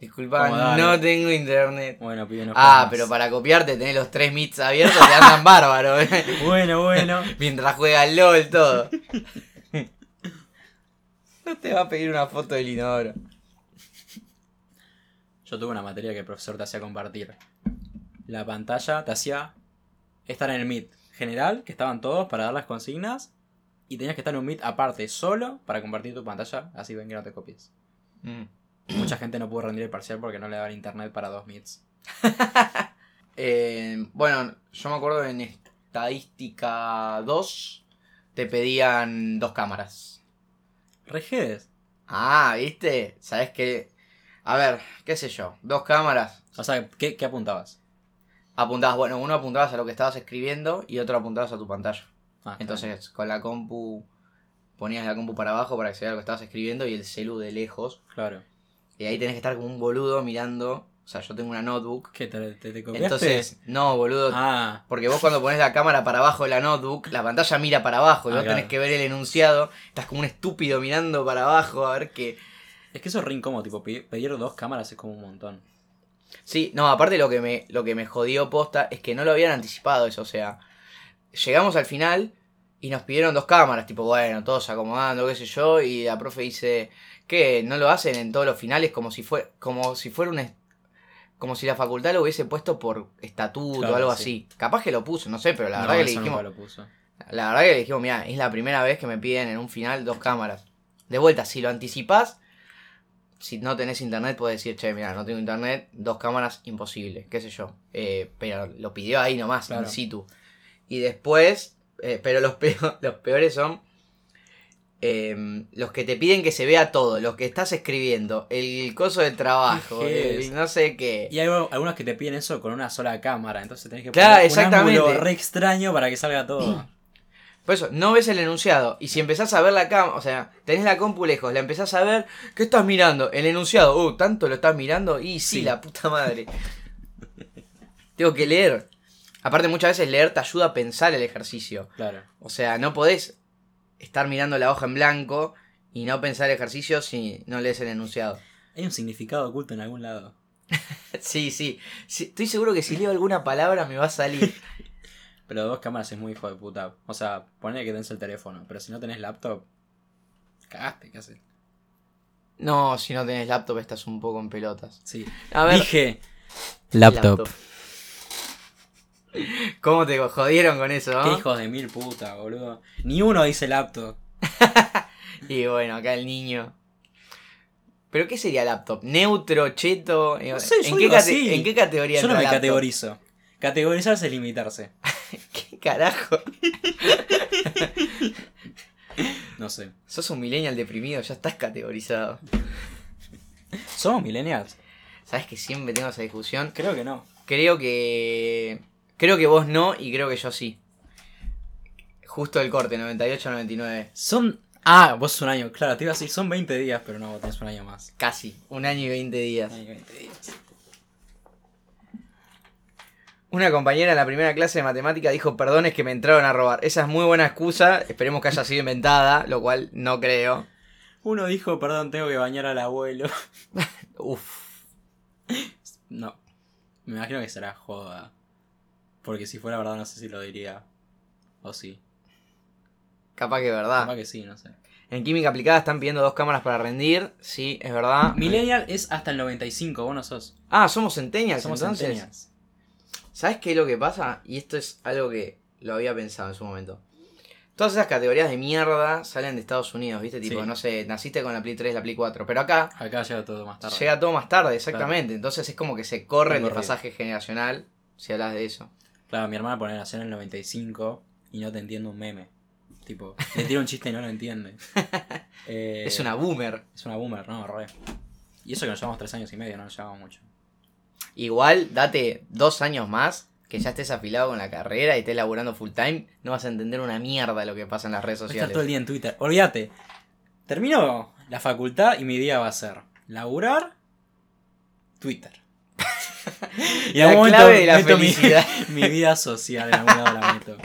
Speaker 2: Disculpa,
Speaker 1: dale.
Speaker 2: no tengo internet.
Speaker 1: Bueno, pibe, no
Speaker 2: Ah,
Speaker 1: juegas
Speaker 2: pero
Speaker 1: más.
Speaker 2: para copiarte tenés los tres meets abiertos, te andan bárbaro. eh.
Speaker 1: Bueno, bueno.
Speaker 2: Mientras juega al LOL todo. No te va a pedir una foto del inodoro.
Speaker 1: Yo tuve una materia que el profesor te hacía compartir. La pantalla te hacía estar en el Meet general, que estaban todos para dar las consignas. Y tenías que estar en un Meet aparte, solo, para compartir tu pantalla, así ven que no te copies. Mm. Mucha gente no pudo rendir el parcial porque no le daba el internet para dos Meets.
Speaker 2: Eh, bueno, yo me acuerdo en estadística 2 te pedían dos cámaras.
Speaker 1: Rejedes.
Speaker 2: Ah, ¿viste? ¿Sabes qué? A ver, qué sé yo, dos cámaras.
Speaker 1: O sea, ¿qué, qué apuntabas?
Speaker 2: Apuntabas, bueno, uno apuntabas a lo que estabas escribiendo y otro apuntabas a tu pantalla.
Speaker 1: Ah, está bien.
Speaker 2: Entonces, con la compu ponías la compu para abajo para que se vea lo que estabas escribiendo y el celu de lejos.
Speaker 1: Claro.
Speaker 2: Y ahí tenés que estar como un boludo mirando. O sea, yo tengo una notebook.
Speaker 1: ¿Qué te, te, te copiaste?
Speaker 2: Entonces, no, boludo,
Speaker 1: Ah,
Speaker 2: Porque vos cuando pones la cámara para abajo de la notebook, la pantalla mira para abajo y
Speaker 1: Ah,
Speaker 2: vos
Speaker 1: claro.
Speaker 2: tenés que ver el enunciado. Estás como un estúpido mirando para abajo a ver qué.
Speaker 1: es que eso es re incómodo, tipo, pe- pedir dos cámaras es como un montón.
Speaker 2: Sí, no, aparte lo que me, lo que me jodió posta es que no lo habían anticipado eso. O sea, llegamos al final y nos pidieron dos cámaras, tipo, bueno, todos acomodando, qué sé yo, y la profe dice, ¿qué? ¿No lo hacen en todos los finales como si fue, como si fuera un es- como si la facultad lo hubiese puesto por estatuto
Speaker 1: Claro,
Speaker 2: o algo
Speaker 1: sí.
Speaker 2: así. Capaz que lo puso, no sé, pero la
Speaker 1: No,
Speaker 2: verdad que le
Speaker 1: eso
Speaker 2: dijimos.
Speaker 1: nunca lo puso.
Speaker 2: La verdad que le dijimos, mira, es la primera vez que me piden en un final dos cámaras. De vuelta, si lo anticipás, si no tenés internet, puedes decir, che, mira, no tengo internet, dos cámaras, imposible, qué sé yo. Eh, pero lo pidió ahí nomás,
Speaker 1: Claro.
Speaker 2: in situ. Y después, eh, pero los, peo- los peores son eh, los que te piden que se vea todo, los que estás escribiendo, el coso de trabajo,
Speaker 1: Qué E
Speaker 2: el
Speaker 1: es.
Speaker 2: no sé qué.
Speaker 1: Y hay algunos que te piden eso con una sola cámara, entonces tenés que
Speaker 2: Claro,
Speaker 1: poner
Speaker 2: exactamente. Mm.
Speaker 1: un ángulo re extraño para que salga todo.
Speaker 2: Por eso, no ves el enunciado. Y si empezás a ver la cam, o sea, tenés la compu lejos, la empezás a ver, ¿qué estás mirando? El enunciado, uh, tanto lo estás mirando, y sí,
Speaker 1: Sí.
Speaker 2: la puta madre. Tengo que leer. Aparte, muchas veces leer te ayuda a pensar el ejercicio.
Speaker 1: Claro.
Speaker 2: O sea, no podés estar mirando la hoja en blanco y no pensar el ejercicio si no lees el enunciado.
Speaker 1: Hay un significado oculto en algún lado.
Speaker 2: Sí, sí. Sí, Estoy seguro que si leo alguna palabra me va a salir.
Speaker 1: Pero dos cámaras es muy hijo de puta. O sea, ponele que tenés el teléfono, pero si no tenés laptop, cagaste, ¿qué haces?
Speaker 2: No, si no tenés laptop estás un poco en pelotas.
Speaker 1: Sí.
Speaker 2: A ver.
Speaker 1: Dije.
Speaker 2: ¿Cómo te jodieron con eso, ah?
Speaker 1: Qué
Speaker 2: no?
Speaker 1: hijos de mil puta, boludo. Ni uno dice laptop.
Speaker 2: Y bueno, acá el niño. ¿Pero qué sería laptop? ¿Neutro, cheto? Eh,
Speaker 1: No sé, yo
Speaker 2: ¿En, qué
Speaker 1: digo
Speaker 2: cate-
Speaker 1: así.
Speaker 2: ¿En qué categoría
Speaker 1: Yo no
Speaker 2: entra
Speaker 1: me
Speaker 2: laptop?
Speaker 1: categorizo. Categorizarse es limitarse.
Speaker 2: ¿Qué carajo?
Speaker 1: No sé.
Speaker 2: Sos un millennial deprimido, ya estás categorizado.
Speaker 1: ¿Somos millennials?
Speaker 2: Sabes que siempre tengo esa discusión.
Speaker 1: Creo que no.
Speaker 2: Creo que. Creo que vos no y creo que yo sí. Justo el corte, 98-99.
Speaker 1: Son. Ah, vos sos un año, claro, te iba a decir, son 20 días, pero no, vos tenés un año más.
Speaker 2: Casi. Un año y 20 días.
Speaker 1: Ay, 20 días.
Speaker 2: Una compañera en la primera clase de matemática dijo, perdón, es que me entraron a robar. Esa es muy buena excusa, esperemos que haya sido inventada, lo cual no creo.
Speaker 1: Uno dijo, perdón, tengo que bañar al abuelo.
Speaker 2: Uf.
Speaker 1: No. Me imagino que será joda. Porque si fuera verdad, no sé si lo diría. O sí.
Speaker 2: Capaz que es verdad.
Speaker 1: Capaz que sí, no sé.
Speaker 2: En química aplicada están pidiendo dos cámaras para rendir. Sí, es verdad.
Speaker 1: Millennial es hasta el 95, vos no sos.
Speaker 2: Ah, somos centenias,
Speaker 1: Somos
Speaker 2: entonces.
Speaker 1: centennials.
Speaker 2: ¿Sabes qué es lo que pasa? Y esto es algo que lo había pensado en su momento. Todas esas categorías de mierda salen de Estados Unidos, ¿viste? Tipo,
Speaker 1: Sí.
Speaker 2: no sé, naciste con la Play 3, la Play 4. Pero acá
Speaker 1: Acá llega todo más tarde.
Speaker 2: llega todo más tarde, exactamente. Entonces es como que se corre el
Speaker 1: Corrido.
Speaker 2: pasaje generacional, si hablas de eso.
Speaker 1: Claro, mi hermana pone nació en el 95 y no te entiende un meme. Tipo, le tira un chiste y no lo entiende. Eh,
Speaker 2: Es una boomer.
Speaker 1: Es una boomer, no, re. Y eso que nos llevamos tres años y medio, no nos llevamos mucho.
Speaker 2: Igual, date dos años más, que ya estés afilado con la carrera y estés laburando full time, no vas a entender una mierda lo que pasa en las redes
Speaker 1: Voy a estar todo el
Speaker 2: sociales.
Speaker 1: día en Twitter. Olvídate. Termino la facultad y mi día va a ser laburar Twitter. y en
Speaker 2: La
Speaker 1: algún
Speaker 2: clave de la
Speaker 1: meto mi-
Speaker 2: felicidad.
Speaker 1: Mi, vida social en algún lado la meto.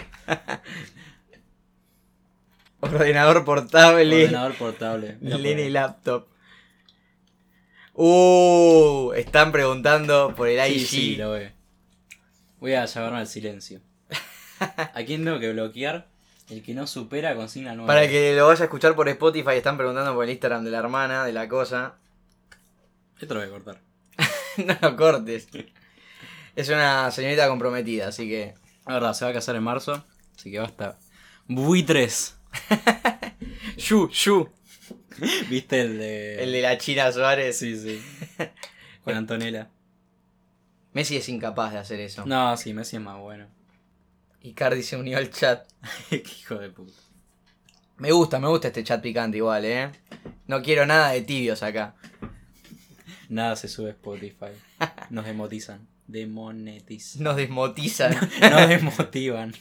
Speaker 2: Ordenador portable.
Speaker 1: Ordenador portable. Voy a
Speaker 2: Lene
Speaker 1: poner.
Speaker 2: laptop. Uh, están preguntando por el
Speaker 1: Sí,
Speaker 2: IG.
Speaker 1: sí, lo ve. Voy a llevarme al silencio. ¿A quién tengo que bloquear? El que no supera consigna nueva.
Speaker 2: Para que lo vaya a escuchar por Spotify, están preguntando por el Instagram de la hermana, de la cosa.
Speaker 1: Esto lo voy a cortar.
Speaker 2: no lo cortes. Es una señorita comprometida, así que.
Speaker 1: La verdad, se va a casar en marzo, así que basta. Buitres.
Speaker 2: Yu, Yu.
Speaker 1: ¿Viste el de.
Speaker 2: El de la China Suárez.
Speaker 1: Sí, sí. Con Antonella.
Speaker 2: Messi es incapaz de hacer eso.
Speaker 1: No, sí, Messi es más bueno.
Speaker 2: Y Cardi se unió al chat.
Speaker 1: Qué hijo de puta.
Speaker 2: Me gusta, me gusta este chat picante igual, eh. No quiero nada de tibios acá.
Speaker 1: Nada se sube a Spotify. Nos demotizan. Demonetizan.
Speaker 2: Nos desmotizan.
Speaker 1: Nos desmotivan.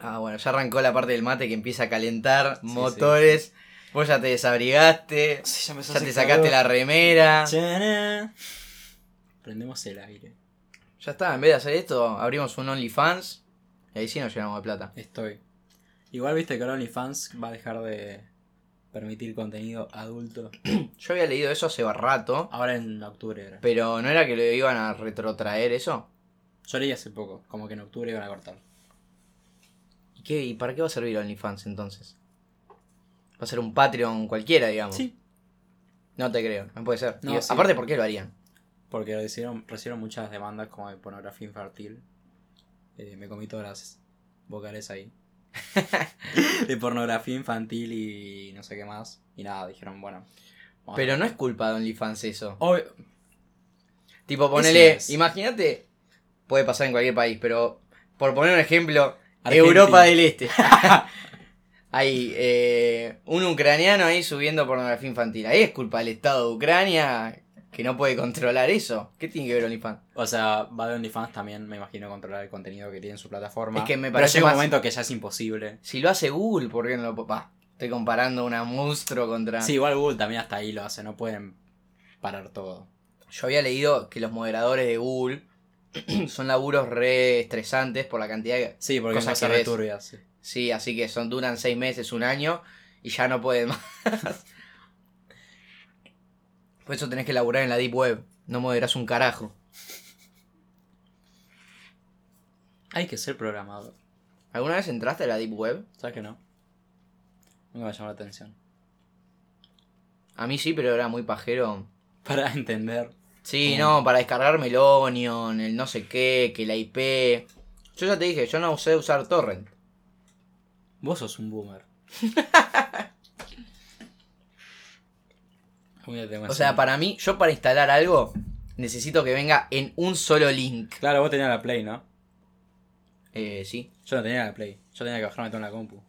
Speaker 2: Ah, bueno, ya arrancó la parte del mate que empieza a calentar
Speaker 1: Sí,
Speaker 2: motores. Vos ya te desabrigaste,
Speaker 1: ya
Speaker 2: ya te sacaste la remera.
Speaker 1: la. Prendemos el aire.
Speaker 2: Ya está, en vez de hacer esto, abrimos un OnlyFans y ahí sí nos llenamos de plata.
Speaker 1: Estoy. Igual viste que ahora OnlyFans va a dejar de permitir contenido adulto.
Speaker 2: Yo había leído eso hace rato,
Speaker 1: Ahora en octubre era.
Speaker 2: pero no era que lo iban a retrotraer eso.
Speaker 1: Yo leí hace poco, como que en octubre iban a cortar.
Speaker 2: ¿Y, qué, y para qué va a servir OnlyFans entonces? Va a ser un Patreon cualquiera, digamos.
Speaker 1: Sí.
Speaker 2: No te creo, no puede ser.
Speaker 1: No,
Speaker 2: Y
Speaker 1: sí.
Speaker 2: Aparte, ¿por qué lo harían?
Speaker 1: Porque recibieron, recibieron muchas demandas como de pornografía infantil. Eh, me comí todas las vocales ahí. de pornografía infantil y no sé qué más. Y nada, dijeron, bueno. vamos a-
Speaker 2: Pero no es culpa de OnlyFans eso.
Speaker 1: Obvio-
Speaker 2: Tipo, ponele,
Speaker 1: es.
Speaker 2: imagínate, puede pasar en cualquier país, pero por poner un ejemplo,
Speaker 1: Argentina.
Speaker 2: Europa del Este. Hay eh, un ucraniano ahí subiendo pornografía infantil. Ahí es culpa del Estado de Ucrania que no puede controlar eso. ¿Qué tiene que ver OnlyFans?
Speaker 1: O sea, va de OnlyFans también, me imagino, controlar el contenido que tiene en su plataforma.
Speaker 2: Es que me
Speaker 1: Pero
Speaker 2: parece
Speaker 1: llega
Speaker 2: más-
Speaker 1: un momento que ya es imposible.
Speaker 2: Si lo hace Google, ¿por qué no lo papá? Estoy comparando una monstruo contra...
Speaker 1: Sí, igual Google también hasta ahí lo hace, no pueden parar todo.
Speaker 2: Yo había leído que los moderadores de Google son laburos re estresantes por la cantidad de...
Speaker 1: Sí, porque
Speaker 2: Cosa
Speaker 1: cosas que
Speaker 2: que ves.
Speaker 1: turbias. sí.
Speaker 2: Sí, así que son duran seis meses, un año y ya no pueden más. Por eso tenés que laburar en la Deep Web. No moderás un carajo.
Speaker 1: Hay que ser programador.
Speaker 2: ¿Alguna vez entraste a la Deep Web?
Speaker 1: ¿Sabes que no? Nunca me llamó la atención.
Speaker 2: A mí sí, pero era muy pajero.
Speaker 1: Para entender.
Speaker 2: Sí,
Speaker 1: Mm.
Speaker 2: no, para descargarme el Onion, el no sé qué, que la IP. Yo ya te dije, yo no sé usar Torrent.
Speaker 1: Vos sos un boomer. Algún día te voy a
Speaker 2: O sea,
Speaker 1: hacer-
Speaker 2: para mí, yo para instalar algo, necesito que venga en un solo link.
Speaker 1: Claro, vos tenías la Play, ¿no?
Speaker 2: Eh, sí.
Speaker 1: Yo no tenía la Play. Yo tenía que bajarme todo en la compu.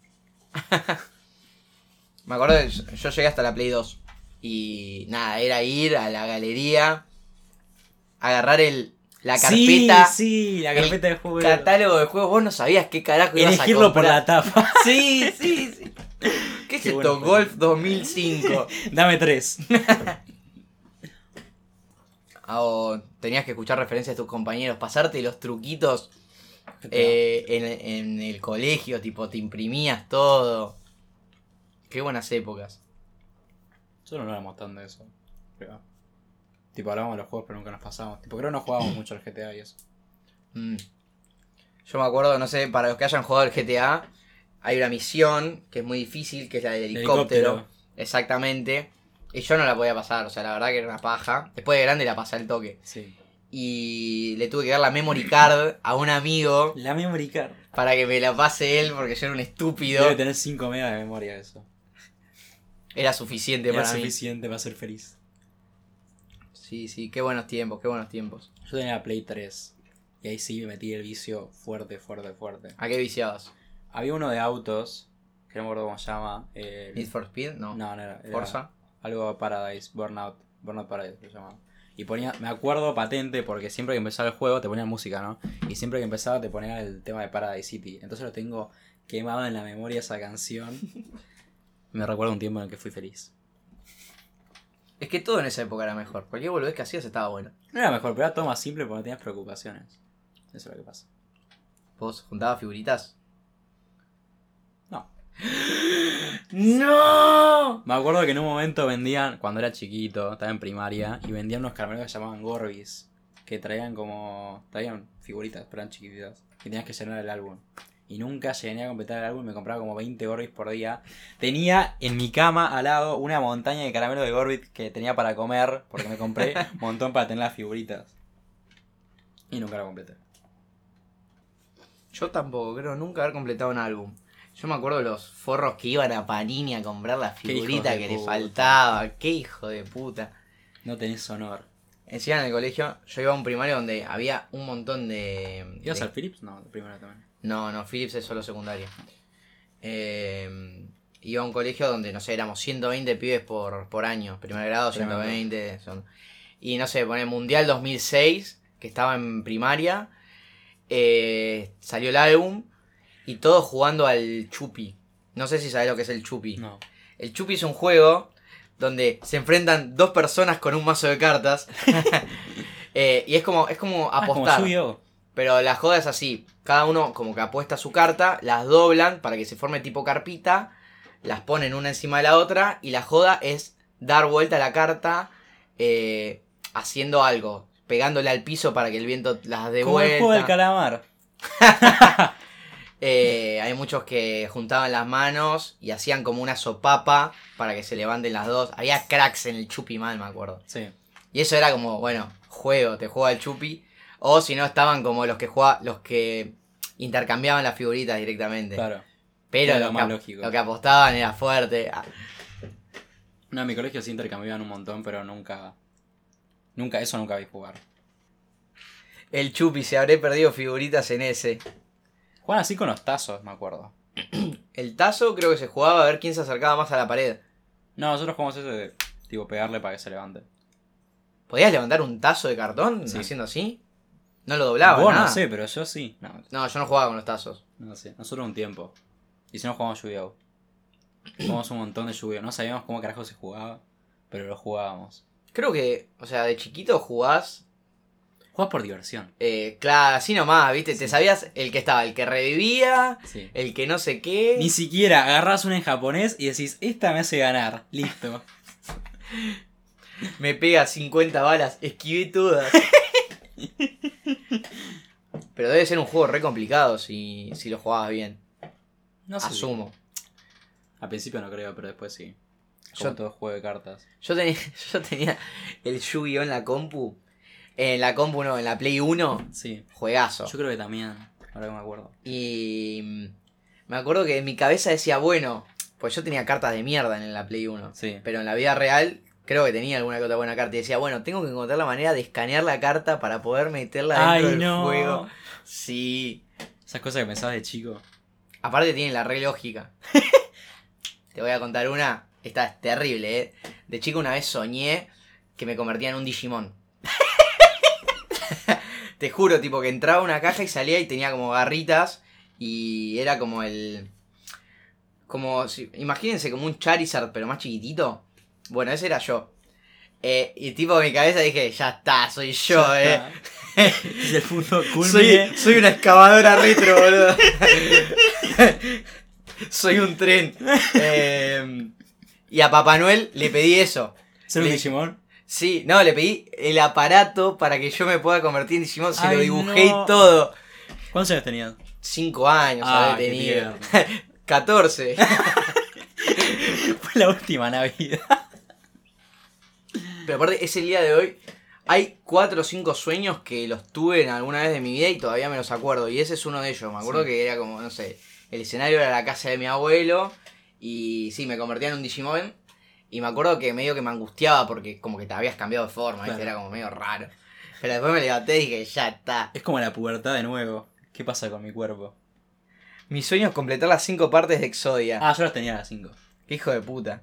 Speaker 2: Me acuerdo que yo yo llegué hasta la Play 2. Y nada, era ir a la galería, agarrar el, la carpeta,
Speaker 1: Sí, sí, la
Speaker 2: el
Speaker 1: carpeta de juego.
Speaker 2: catálogo de juegos. Vos no sabías qué carajo ibas a
Speaker 1: Elegirlo por la
Speaker 2: comprar.
Speaker 1: tapa.
Speaker 2: Sí, sí, sí. ¿Qué es
Speaker 1: Qué
Speaker 2: esto?
Speaker 1: bueno.
Speaker 2: Golf 2005.
Speaker 1: Dame tres.
Speaker 2: Ah, O tenías que escuchar referencias de tus compañeros, pasarte los truquitos eh, en, en el colegio, tipo, te imprimías todo. Qué buenas épocas.
Speaker 1: Nosotros no éramos tan de eso. creo. Tipo, hablábamos de los juegos, pero nunca nos pasábamos. Tipo, creo que no jugábamos mucho al GTA y eso.
Speaker 2: Mm. Yo me acuerdo, no sé, para los que hayan jugado al GTA, hay una misión que es muy difícil, que es la del
Speaker 1: El
Speaker 2: helicóptero. Exactamente. Y yo no la podía pasar, o sea, la verdad que era una paja. Después de grande la pasé al toque.
Speaker 1: Sí.
Speaker 2: Y le tuve que dar la memory card a un amigo
Speaker 1: La memory card.
Speaker 2: para que me la pase él, porque yo era un estúpido.
Speaker 1: Debe tener 5 megas de memoria eso.
Speaker 2: Era suficiente
Speaker 1: Era
Speaker 2: para
Speaker 1: suficiente para ser feliz.
Speaker 2: mí. Sí, sí, qué buenos tiempos, qué buenos tiempos.
Speaker 1: Yo tenía la Play 3. Y ahí sí me metí el vicio fuerte, fuerte, fuerte.
Speaker 2: ¿A qué viciabas?
Speaker 1: Había uno de autos, que no me acuerdo cómo se llama. el-
Speaker 2: ¿Need for Speed? No.
Speaker 1: No, no era. era
Speaker 2: ¿Forza?
Speaker 1: Algo Paradise, Burnout. Burnout Paradise lo llamaba. Y ponía, me acuerdo patente porque siempre que empezaba el juego te ponían música, ¿no? Y siempre que empezaba te ponían el tema de Paradise City. Entonces lo tengo quemado en la memoria esa canción. me recuerda un tiempo en el que fui feliz.
Speaker 2: Es que todo en esa época era mejor. Cualquier boludez que hacías estaba bueno.
Speaker 1: No era mejor, pero era todo más simple porque no tenías preocupaciones. Eso es lo que pasa.
Speaker 2: ¿Vos juntabas figuritas?
Speaker 1: No.
Speaker 2: ¡No!
Speaker 1: Me acuerdo que en un momento vendían, cuando era chiquito, estaba en primaria, y vendían unos caramelos que se llamaban Gorbis, que traían como. traían figuritas, pero eran chiquititas, y tenías que llenar el álbum. Y nunca llegué a completar el álbum, me compraba como 20 Gorbis por día. Tenía en mi cama al lado una montaña de caramelos de Gorbis que tenía para comer, porque me compré un montón para tener las figuritas. Y nunca lo completé.
Speaker 2: Yo tampoco creo nunca haber completado un álbum. Yo me acuerdo los forros que iban a Panini a comprar la
Speaker 1: hijos
Speaker 2: figurita
Speaker 1: de
Speaker 2: que le
Speaker 1: puta.
Speaker 2: faltaba. ¡Qué hijo de puta!
Speaker 1: No tenés honor.
Speaker 2: Encima en el colegio, yo iba a un primario donde había un montón de.
Speaker 1: ¿Ibas
Speaker 2: de-
Speaker 1: al Philips? No, primero también.
Speaker 2: No, no, Philips es solo secundaria. Eh, iba a un colegio donde, no sé, éramos 120 pibes por, por año. Primer grado,
Speaker 1: Tremendo.
Speaker 2: 120. Son, y no sé, pone Mundial 2006, que estaba en primaria. eh, salió el álbum y todos jugando al Chupi. No sé si sabes lo que es el Chupi.
Speaker 1: No.
Speaker 2: El Chupi es un juego donde se enfrentan dos personas con un mazo de cartas. Eh, y es como, es como
Speaker 1: Ah, como
Speaker 2: apostar.
Speaker 1: Yu-Gi-Oh!
Speaker 2: Pero la joda es así. Cada uno como que apuesta su carta, las doblan para que se forme tipo carpita, las ponen una encima de la otra y la joda es dar vuelta a la carta eh, haciendo algo, pegándole al piso para que el viento las dé
Speaker 1: Como el juego del
Speaker 2: vuelta.
Speaker 1: calamar.
Speaker 2: Eh, hay muchos que juntaban las manos y hacían como una sopapa para que se levanten las dos. Había cracks en el chupi mal, me acuerdo.
Speaker 1: Sí.
Speaker 2: Y eso era como, bueno, juego, te juega el chupi. O si no, estaban como los que jugaba, los que intercambiaban las figuritas directamente.
Speaker 1: Claro.
Speaker 2: Pero
Speaker 1: Era
Speaker 2: lo,
Speaker 1: lo más
Speaker 2: que, ap-
Speaker 1: lógico.
Speaker 2: lo que apostaban era fuerte. Ah,
Speaker 1: No, en mi colegio sí intercambiaban un montón, pero nunca. Nunca, eso nunca vi jugar.
Speaker 2: El chupi, se habré perdido figuritas en ese.
Speaker 1: Jugaban así con los tazos, me acuerdo.
Speaker 2: El tazo creo que se jugaba a ver quién se acercaba más a la pared.
Speaker 1: No, nosotros jugamos eso de tipo pegarle para que se levante.
Speaker 2: ¿Podías levantar un tazo de cartón
Speaker 1: Sí.
Speaker 2: haciendo así? No lo doblaba,
Speaker 1: Vos
Speaker 2: nada.
Speaker 1: no sé, pero yo sí. No,
Speaker 2: No, yo no jugaba con los tazos.
Speaker 1: no sé. Nosotros un tiempo. Y si no jugamos Yu-Gi-Oh! Jugamos un montón de Yu-Gi-Oh! No sabíamos cómo carajo se jugaba, pero lo jugábamos.
Speaker 2: Creo que, o sea, de chiquito jugás
Speaker 1: Jugás por diversión.
Speaker 2: Eh, claro, así nomás, ¿viste? Te sabías el que estaba, el que revivía,
Speaker 1: Sí.
Speaker 2: el que no sé qué.
Speaker 1: Ni siquiera agarrás una en japonés y decís, esta me hace ganar. Listo.
Speaker 2: Me pega 50 balas, esquivé todas. Pero debe ser un juego re complicado si, si lo jugabas bien.
Speaker 1: No sé.
Speaker 2: Asumo.
Speaker 1: Al principio no creo, pero después sí. Como
Speaker 2: Yo-
Speaker 1: todo juego de cartas.
Speaker 2: Yo tenía, yo tenía el Yu-Gi-Oh en la compu. En la compu no, en la Play 1.
Speaker 1: Sí.
Speaker 2: Juegazo.
Speaker 1: Yo creo que también. Ahora que me acuerdo.
Speaker 2: Y mm, me acuerdo que en mi cabeza decía, bueno, pues yo tenía cartas de mierda en la Play 1.
Speaker 1: Sí.
Speaker 2: Pero en la vida real creo que tenía alguna que otra buena carta. Y decía, bueno, tengo que encontrar la manera de escanear la carta para poder meterla dentro
Speaker 1: Ay,
Speaker 2: del
Speaker 1: no.
Speaker 2: juego. Sí.
Speaker 1: Esas cosas que pensabas de chico.
Speaker 2: Aparte tienen la re lógica. Te voy a contar una. Esta es terrible, ¿eh? De chico una vez soñé que me convertía en un Digimon. Te juro, tipo, que entraba a una caja y salía y tenía como garritas. Y era como el... Como... si- imagínense como un Charizard, pero más chiquitito. Bueno, ese era yo. Eh, y tipo, en mi cabeza dije, ya está, soy yo, eh.
Speaker 1: es el punto culmine.
Speaker 2: Soy, soy una excavadora retro, boludo. soy un tren. Eh, y a Papá Noel le pedí eso.
Speaker 1: ¿Ser un
Speaker 2: Sí.
Speaker 1: Digimon?
Speaker 2: Sí, no, le pedí el aparato para que yo me pueda convertir en Digimon. Se lo
Speaker 1: Ay,
Speaker 2: dibujé
Speaker 1: no.
Speaker 2: y todo.
Speaker 1: ¿Cuántos años tenías?
Speaker 2: Cinco años habré
Speaker 1: qué
Speaker 2: tenido.
Speaker 1: tierno.
Speaker 2: 14.
Speaker 1: Fue la última Navidad.
Speaker 2: Pero aparte, es el día de hoy. Hay cuatro o cinco sueños que los tuve en alguna vez de mi vida y todavía me los acuerdo. Y ese es uno de ellos. Me acuerdo
Speaker 1: Sí.
Speaker 2: que era como, no sé, el escenario era la casa de mi abuelo. Y sí, me convertía en un Digimon. Y me acuerdo que medio que me angustiaba porque como que te habías cambiado de forma, ¿viste?
Speaker 1: Claro.
Speaker 2: era como medio raro. Pero después me levanté y dije, ya está.
Speaker 1: Es como la pubertad de nuevo. ¿Qué pasa con mi cuerpo?
Speaker 2: Mi sueño es completar las cinco partes de Exodia.
Speaker 1: Ah, yo las tenía a las 5.
Speaker 2: Qué hijo de puta.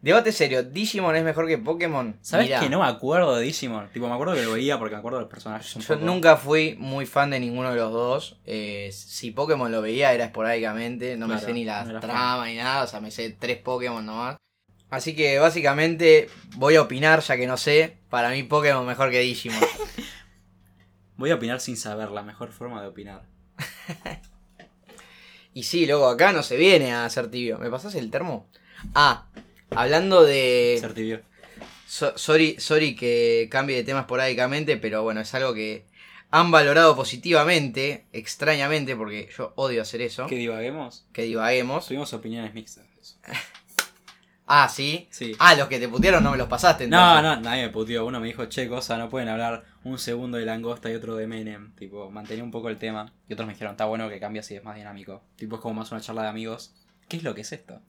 Speaker 2: Debate serio, ¿Digimon es mejor que Pokémon?
Speaker 1: ¿Sabes
Speaker 2: Mirá.
Speaker 1: que no me acuerdo de Digimon? Tipo, me acuerdo que lo veía porque me acuerdo del personaje. un
Speaker 2: Yo
Speaker 1: poco.
Speaker 2: nunca fui muy fan de ninguno de los dos. Eh, si Pokémon lo veía era esporádicamente, no me
Speaker 1: Claro,
Speaker 2: sé ni la
Speaker 1: no era fan.
Speaker 2: trama ni nada, o sea, me sé tres Pokémon nomás. Así que básicamente voy a opinar ya que no sé, para mí Pokémon mejor que Digimon.
Speaker 1: Voy a opinar sin saber, la mejor forma de opinar.
Speaker 2: y sí, luego acá no se viene a hacer tibio. ¿Me pasás el termo? Ah, hablando de...
Speaker 1: Ser tibio.
Speaker 2: So- sorry, sorry que cambie de tema esporádicamente, pero bueno, es algo que han valorado positivamente, extrañamente, porque yo odio hacer eso.
Speaker 1: ¿Que divaguemos?
Speaker 2: Que divaguemos.
Speaker 1: Tuvimos opiniones mixtas de eso.
Speaker 2: Ah, sí.
Speaker 1: Sí.
Speaker 2: Ah, los que te putearon no me los pasaste.
Speaker 1: No,
Speaker 2: entonces.
Speaker 1: no, nadie me puteó. Uno me dijo, che, cosa, no pueden hablar un segundo de langosta y otro de Menem. Tipo, mantenía un poco el tema. Y otros me dijeron, está bueno que cambie así, es más dinámico. Tipo, es como más una charla de amigos. ¿Qué es lo que es esto?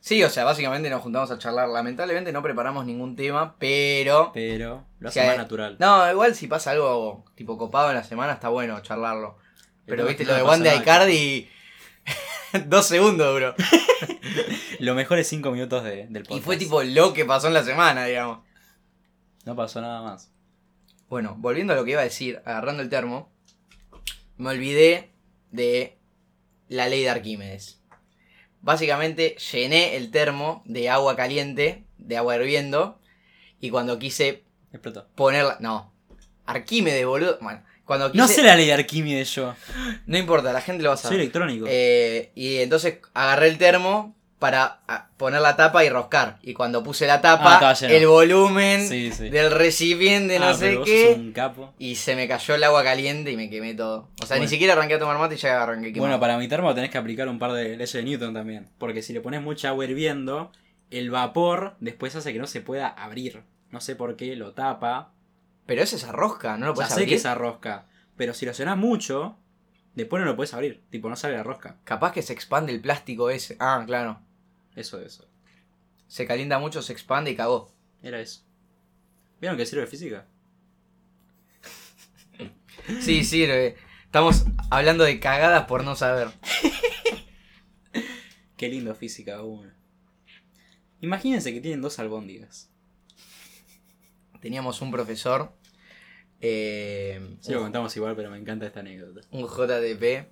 Speaker 2: Sí, o sea, básicamente nos juntamos a charlar. Lamentablemente no preparamos ningún tema, pero.
Speaker 1: Pero lo hace
Speaker 2: Sí,
Speaker 1: más
Speaker 2: eh,
Speaker 1: natural.
Speaker 2: No, igual si pasa algo tipo copado en la semana, está bueno charlarlo. Pero
Speaker 1: Entonces,
Speaker 2: viste
Speaker 1: no
Speaker 2: lo
Speaker 1: me
Speaker 2: de
Speaker 1: pasa
Speaker 2: Wanda
Speaker 1: nada.
Speaker 2: Icardi. Dos segundos, bro.
Speaker 1: Los mejores cinco minutos de- del podcast.
Speaker 2: Y fue tipo lo que pasó en la semana, digamos.
Speaker 1: No pasó nada más.
Speaker 2: Bueno, volviendo a lo que iba a decir, agarrando el termo, me olvidé de la ley de Arquímedes. Básicamente llené el termo de agua caliente, de agua hirviendo, y cuando quise
Speaker 1: Explotó.
Speaker 2: ponerla... No, Arquímedes, boludo. Bueno, cuando quise...
Speaker 1: No sé la ley de Arquímedes yo.
Speaker 2: No importa, la gente lo va a
Speaker 1: Soy
Speaker 2: saber.
Speaker 1: electrónico.
Speaker 2: Eh, y entonces agarré el termo para ah, poner la tapa y roscar. Y cuando puse la tapa,
Speaker 1: Ah, estaba lleno.
Speaker 2: el volumen
Speaker 1: sí, sí.
Speaker 2: del recipiente, no
Speaker 1: Ah,
Speaker 2: sé
Speaker 1: pero vos
Speaker 2: qué...
Speaker 1: sos un capo.
Speaker 2: Y se me cayó el agua caliente y me quemé todo. O sea,
Speaker 1: Bueno.
Speaker 2: ni siquiera arranqué a tomar mate y ya arranqué quemado.
Speaker 1: Bueno, para mi termo tenés que aplicar un par de leyes de Newton también. Porque si le pones mucha agua hirviendo, el vapor después hace que no se pueda abrir. No sé por qué, lo tapa.
Speaker 2: Pero es esa rosca, ¿no lo
Speaker 1: Ya
Speaker 2: puedes
Speaker 1: sé
Speaker 2: abrir?
Speaker 1: que esa rosca. Pero si lo llenas mucho, después no lo puedes abrir. Tipo, no sale la rosca.
Speaker 2: Capaz que se expande el plástico ese. Ah, claro.
Speaker 1: Eso, eso.
Speaker 2: Se calienta mucho, se expande y cagó.
Speaker 1: Era eso. ¿Vieron que sirve física?
Speaker 2: Sí, sí, eh, estamos hablando de cagadas por no saber.
Speaker 1: Qué lindo física uno. Imagínense que tienen dos albóndigas.
Speaker 2: Teníamos un profesor, eh,
Speaker 1: Sí, lo contamos igual, pero me encanta esta anécdota.
Speaker 2: un JTP,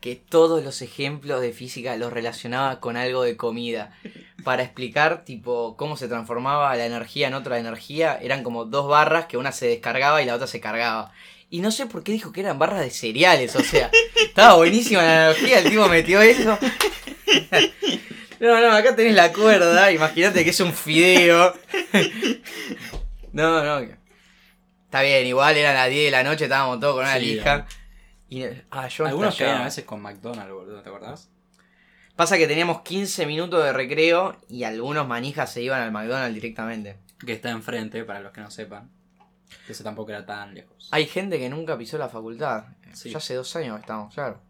Speaker 2: que todos los ejemplos de física los relacionaba con algo de comida. Para explicar, tipo, cómo se transformaba la energía en otra energía, eran como dos barras que una se descargaba y la otra se cargaba. Y no sé por qué dijo que eran barras de cereales, o sea, estaba buenísima la analogía, el tipo metió eso. No, no, acá tenés la cuerda, imagínate que es un fideo. No, no. Está bien, igual eran las 10 de la noche, estábamos todos con una
Speaker 1: Sí,
Speaker 2: lija. Y, ah, yo
Speaker 1: Algunos ¿eh?
Speaker 2: estallaba.
Speaker 1: caían a veces con McDonald's, boludo, ¿te acordás?
Speaker 2: Pasa que teníamos 15 minutos de recreo y algunos manijas se iban al McDonald's directamente.
Speaker 1: Que está enfrente, para los que no sepan. Que Eso tampoco era tan lejos.
Speaker 2: Hay gente que nunca pisó la facultad.
Speaker 1: Sí.
Speaker 2: Ya hace dos años que estamos, claro.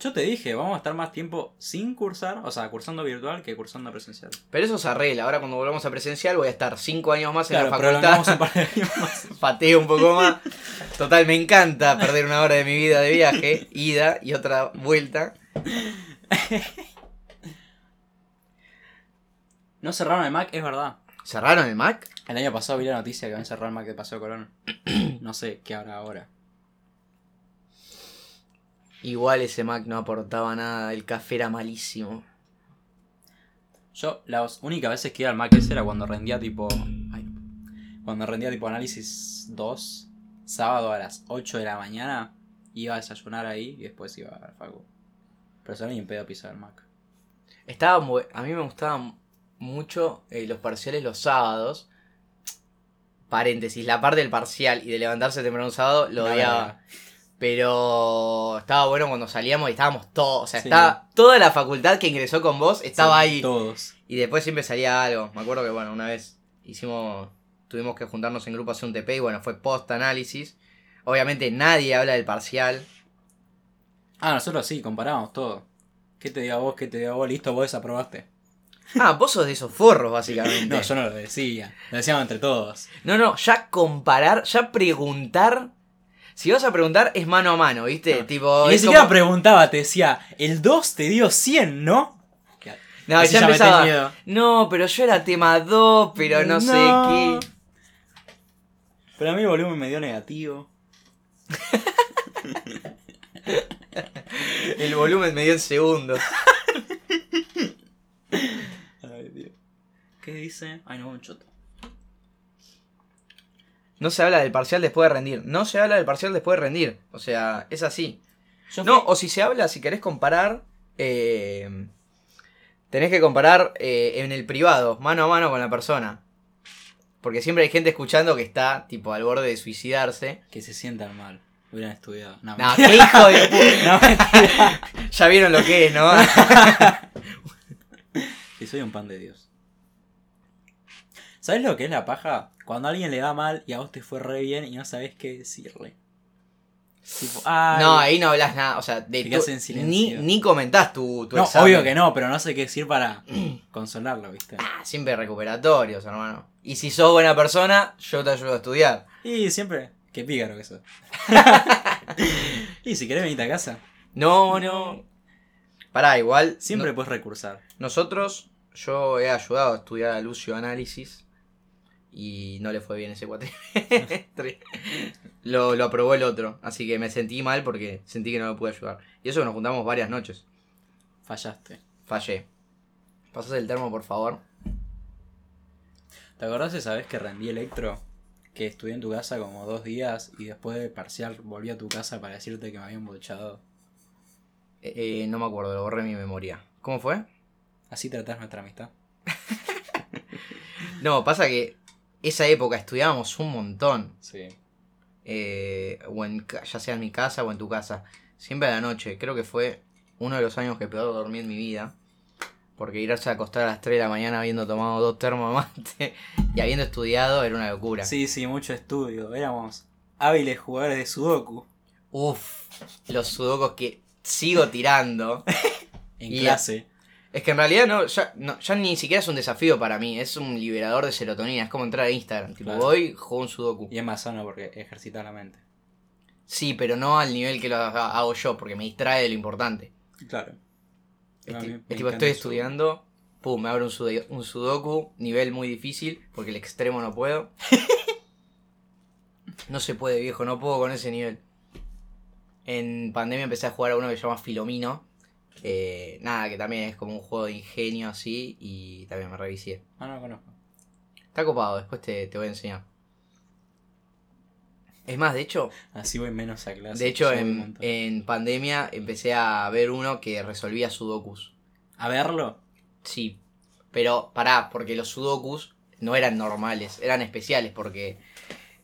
Speaker 1: Yo te dije, vamos a estar más tiempo sin cursar, o sea, cursando virtual que cursando presencial.
Speaker 2: Pero eso se arregla. Ahora cuando volvamos a presencial voy a estar cinco años más en
Speaker 1: Claro,
Speaker 2: la
Speaker 1: prolongamos
Speaker 2: facultad.
Speaker 1: un par de años más.
Speaker 2: Pateo un poco más. Total, me encanta perder una hora de mi vida de viaje, ida y otra vuelta.
Speaker 1: No cerraron el Mac, es verdad.
Speaker 2: ¿Cerraron el Mac?
Speaker 1: El año pasado vi la noticia que habían cerrado el Mac de Paseo Colón. No sé qué habrá ahora.
Speaker 2: Igual ese Mac no aportaba nada. El café era malísimo.
Speaker 1: Yo, las únicas veces que iba al Mac ese era cuando rendía tipo. ay, cuando rendía tipo análisis 2, sábado a las 8 de la mañana, iba a desayunar ahí y después iba al Facu. Pero eso no ni en pedo pisar el Mac.
Speaker 2: Estaba mu- a mí me gustaban mucho eh, los parciales los sábados. Paréntesis, la parte del parcial y de levantarse temprano un sábado lo
Speaker 1: Nada,
Speaker 2: odiaba.
Speaker 1: nada.
Speaker 2: Pero estaba bueno cuando salíamos y estábamos todos. O sea,
Speaker 1: Sí.
Speaker 2: estaba toda la facultad que ingresó con vos estaba
Speaker 1: Sí,
Speaker 2: ahí.
Speaker 1: Todos.
Speaker 2: Y después siempre salía algo. Me acuerdo que, bueno, una vez hicimos. Tuvimos que juntarnos en grupo a hacer un TP y bueno, fue post-análisis. Obviamente nadie habla del parcial.
Speaker 1: Ah, nosotros sí, comparábamos todo. ¿Qué te digo a vos? ¿Qué te digo a vos? Listo, vos desaprobaste.
Speaker 2: Ah, vos sos de esos forros, básicamente.
Speaker 1: No, yo no lo decía. Lo decíamos entre todos.
Speaker 2: No, no, ya comparar, ya preguntar. Si vas a preguntar, es mano a mano, ¿viste?
Speaker 1: No.
Speaker 2: Tipo.
Speaker 1: Ah. Y ni
Speaker 2: es
Speaker 1: siquiera
Speaker 2: como-
Speaker 1: preguntaba, te decía, el 2 te dio 100, ¿no?
Speaker 2: No,
Speaker 1: Así
Speaker 2: ya
Speaker 1: ya metés
Speaker 2: empezaba,
Speaker 1: miedo.
Speaker 2: No, pero yo era tema 2, pero no,
Speaker 1: No.
Speaker 2: sé qué.
Speaker 1: Pero a mí el volumen me dio negativo.
Speaker 2: El volumen me dio en segundos.
Speaker 1: Ay, Dios. ¿Qué dice? Ay, no, un choto.
Speaker 2: No se habla del parcial después de rendir. No se habla del parcial después de rendir. O sea, es así.
Speaker 1: Yo
Speaker 2: No,
Speaker 1: fui-
Speaker 2: o si se habla, si querés comparar, eh, tenés que comparar eh, en el privado, mano a mano con la persona. Porque siempre hay gente escuchando que está, tipo, al borde de suicidarse.
Speaker 1: Que se sientan mal. Hubieran estudiado. No,
Speaker 2: No, qué hijo de puta.
Speaker 1: mentira. No, mentira.
Speaker 2: Ya vieron lo que es, ¿no?
Speaker 1: Que soy un pan de Dios. ¿Sabes lo que es la paja? Cuando a alguien le da mal y a vos te fue re bien y no sabes qué decirle. Tipo, ay.
Speaker 2: No, ahí no hablas nada. O sea, de
Speaker 1: Te
Speaker 2: tu-
Speaker 1: quedás en silencio.
Speaker 2: ni, ni comentás tu, tu
Speaker 1: No,
Speaker 2: examen.
Speaker 1: obvio que no, pero no sé qué decir para consolarlo, ¿viste?
Speaker 2: Ah, siempre recuperatorios, hermano. Y si sos buena persona, yo te ayudo a estudiar.
Speaker 1: Y siempre, qué pícaro que sos. y si querés venirte a casa,
Speaker 2: No, no. Pará, igual.
Speaker 1: siempre puedes recursar.
Speaker 2: Nosotros, yo he ayudado a estudiar a Lucio Análisis y no le fue bien ese cuatrimestre. lo, lo aprobó el otro, así que me sentí mal porque sentí que no lo pude ayudar. Y eso que nos juntamos varias noches.
Speaker 1: Fallaste.
Speaker 2: Fallé. Pasás el termo, por favor.
Speaker 1: ¿Te acordás esa vez que rendí electro? Que estudié en tu casa como dos días y después del parcial volví a tu casa para decirte que me habían bochado.
Speaker 2: Eh, eh, no me acuerdo, lo borré de mi memoria. ¿Cómo fue?
Speaker 1: Así tratás nuestra amistad.
Speaker 2: No, pasa que esa época estudiábamos un montón.
Speaker 1: Sí.
Speaker 2: eh, o en ca- ya sea en mi casa o en tu casa, siempre a la noche. Creo que fue uno de los años que peor dormí en mi vida. Porque irse a acostar a las 3 de la mañana habiendo tomado dos termos de mate y habiendo estudiado era una locura.
Speaker 1: Sí, sí, mucho estudio. Éramos hábiles jugadores de Sudoku
Speaker 2: Uf, los sudocos que sigo tirando.
Speaker 1: en
Speaker 2: Y-
Speaker 1: clase.
Speaker 2: Es que en realidad no ya, no, ya ni siquiera es un desafío para mí, es un liberador de serotonina, es como entrar a Instagram. Tipo,
Speaker 1: Claro.
Speaker 2: voy, juego un sudoku.
Speaker 1: Y es más sano porque ejercita la mente.
Speaker 2: Sí, pero no al nivel que lo ha- hago yo, porque me distrae de lo importante.
Speaker 1: Claro.
Speaker 2: Es,
Speaker 1: A
Speaker 2: ti-
Speaker 1: mí me
Speaker 2: es tipo,
Speaker 1: encanta
Speaker 2: estoy
Speaker 1: el sudoku.
Speaker 2: estudiando, pum, me abro un, sude- un sudoku, nivel muy difícil, porque el extremo no puedo. no se puede, viejo, no puedo con ese nivel. En pandemia empecé a jugar a uno que se llama Filomino. Que nada, que también es como un juego de ingenio así. Y también me revisé.
Speaker 1: Ah, no lo conozco.
Speaker 2: Está copado, después te, te voy a enseñar. Es más, de hecho,
Speaker 1: Así voy menos a clase.
Speaker 2: de hecho
Speaker 1: soy un
Speaker 2: en, eh,
Speaker 1: montón.
Speaker 2: en pandemia empecé a ver uno que resolvía sudokus.
Speaker 1: ¿A verlo?
Speaker 2: Sí. Pero pará, porque los sudokus no eran normales, eran especiales porque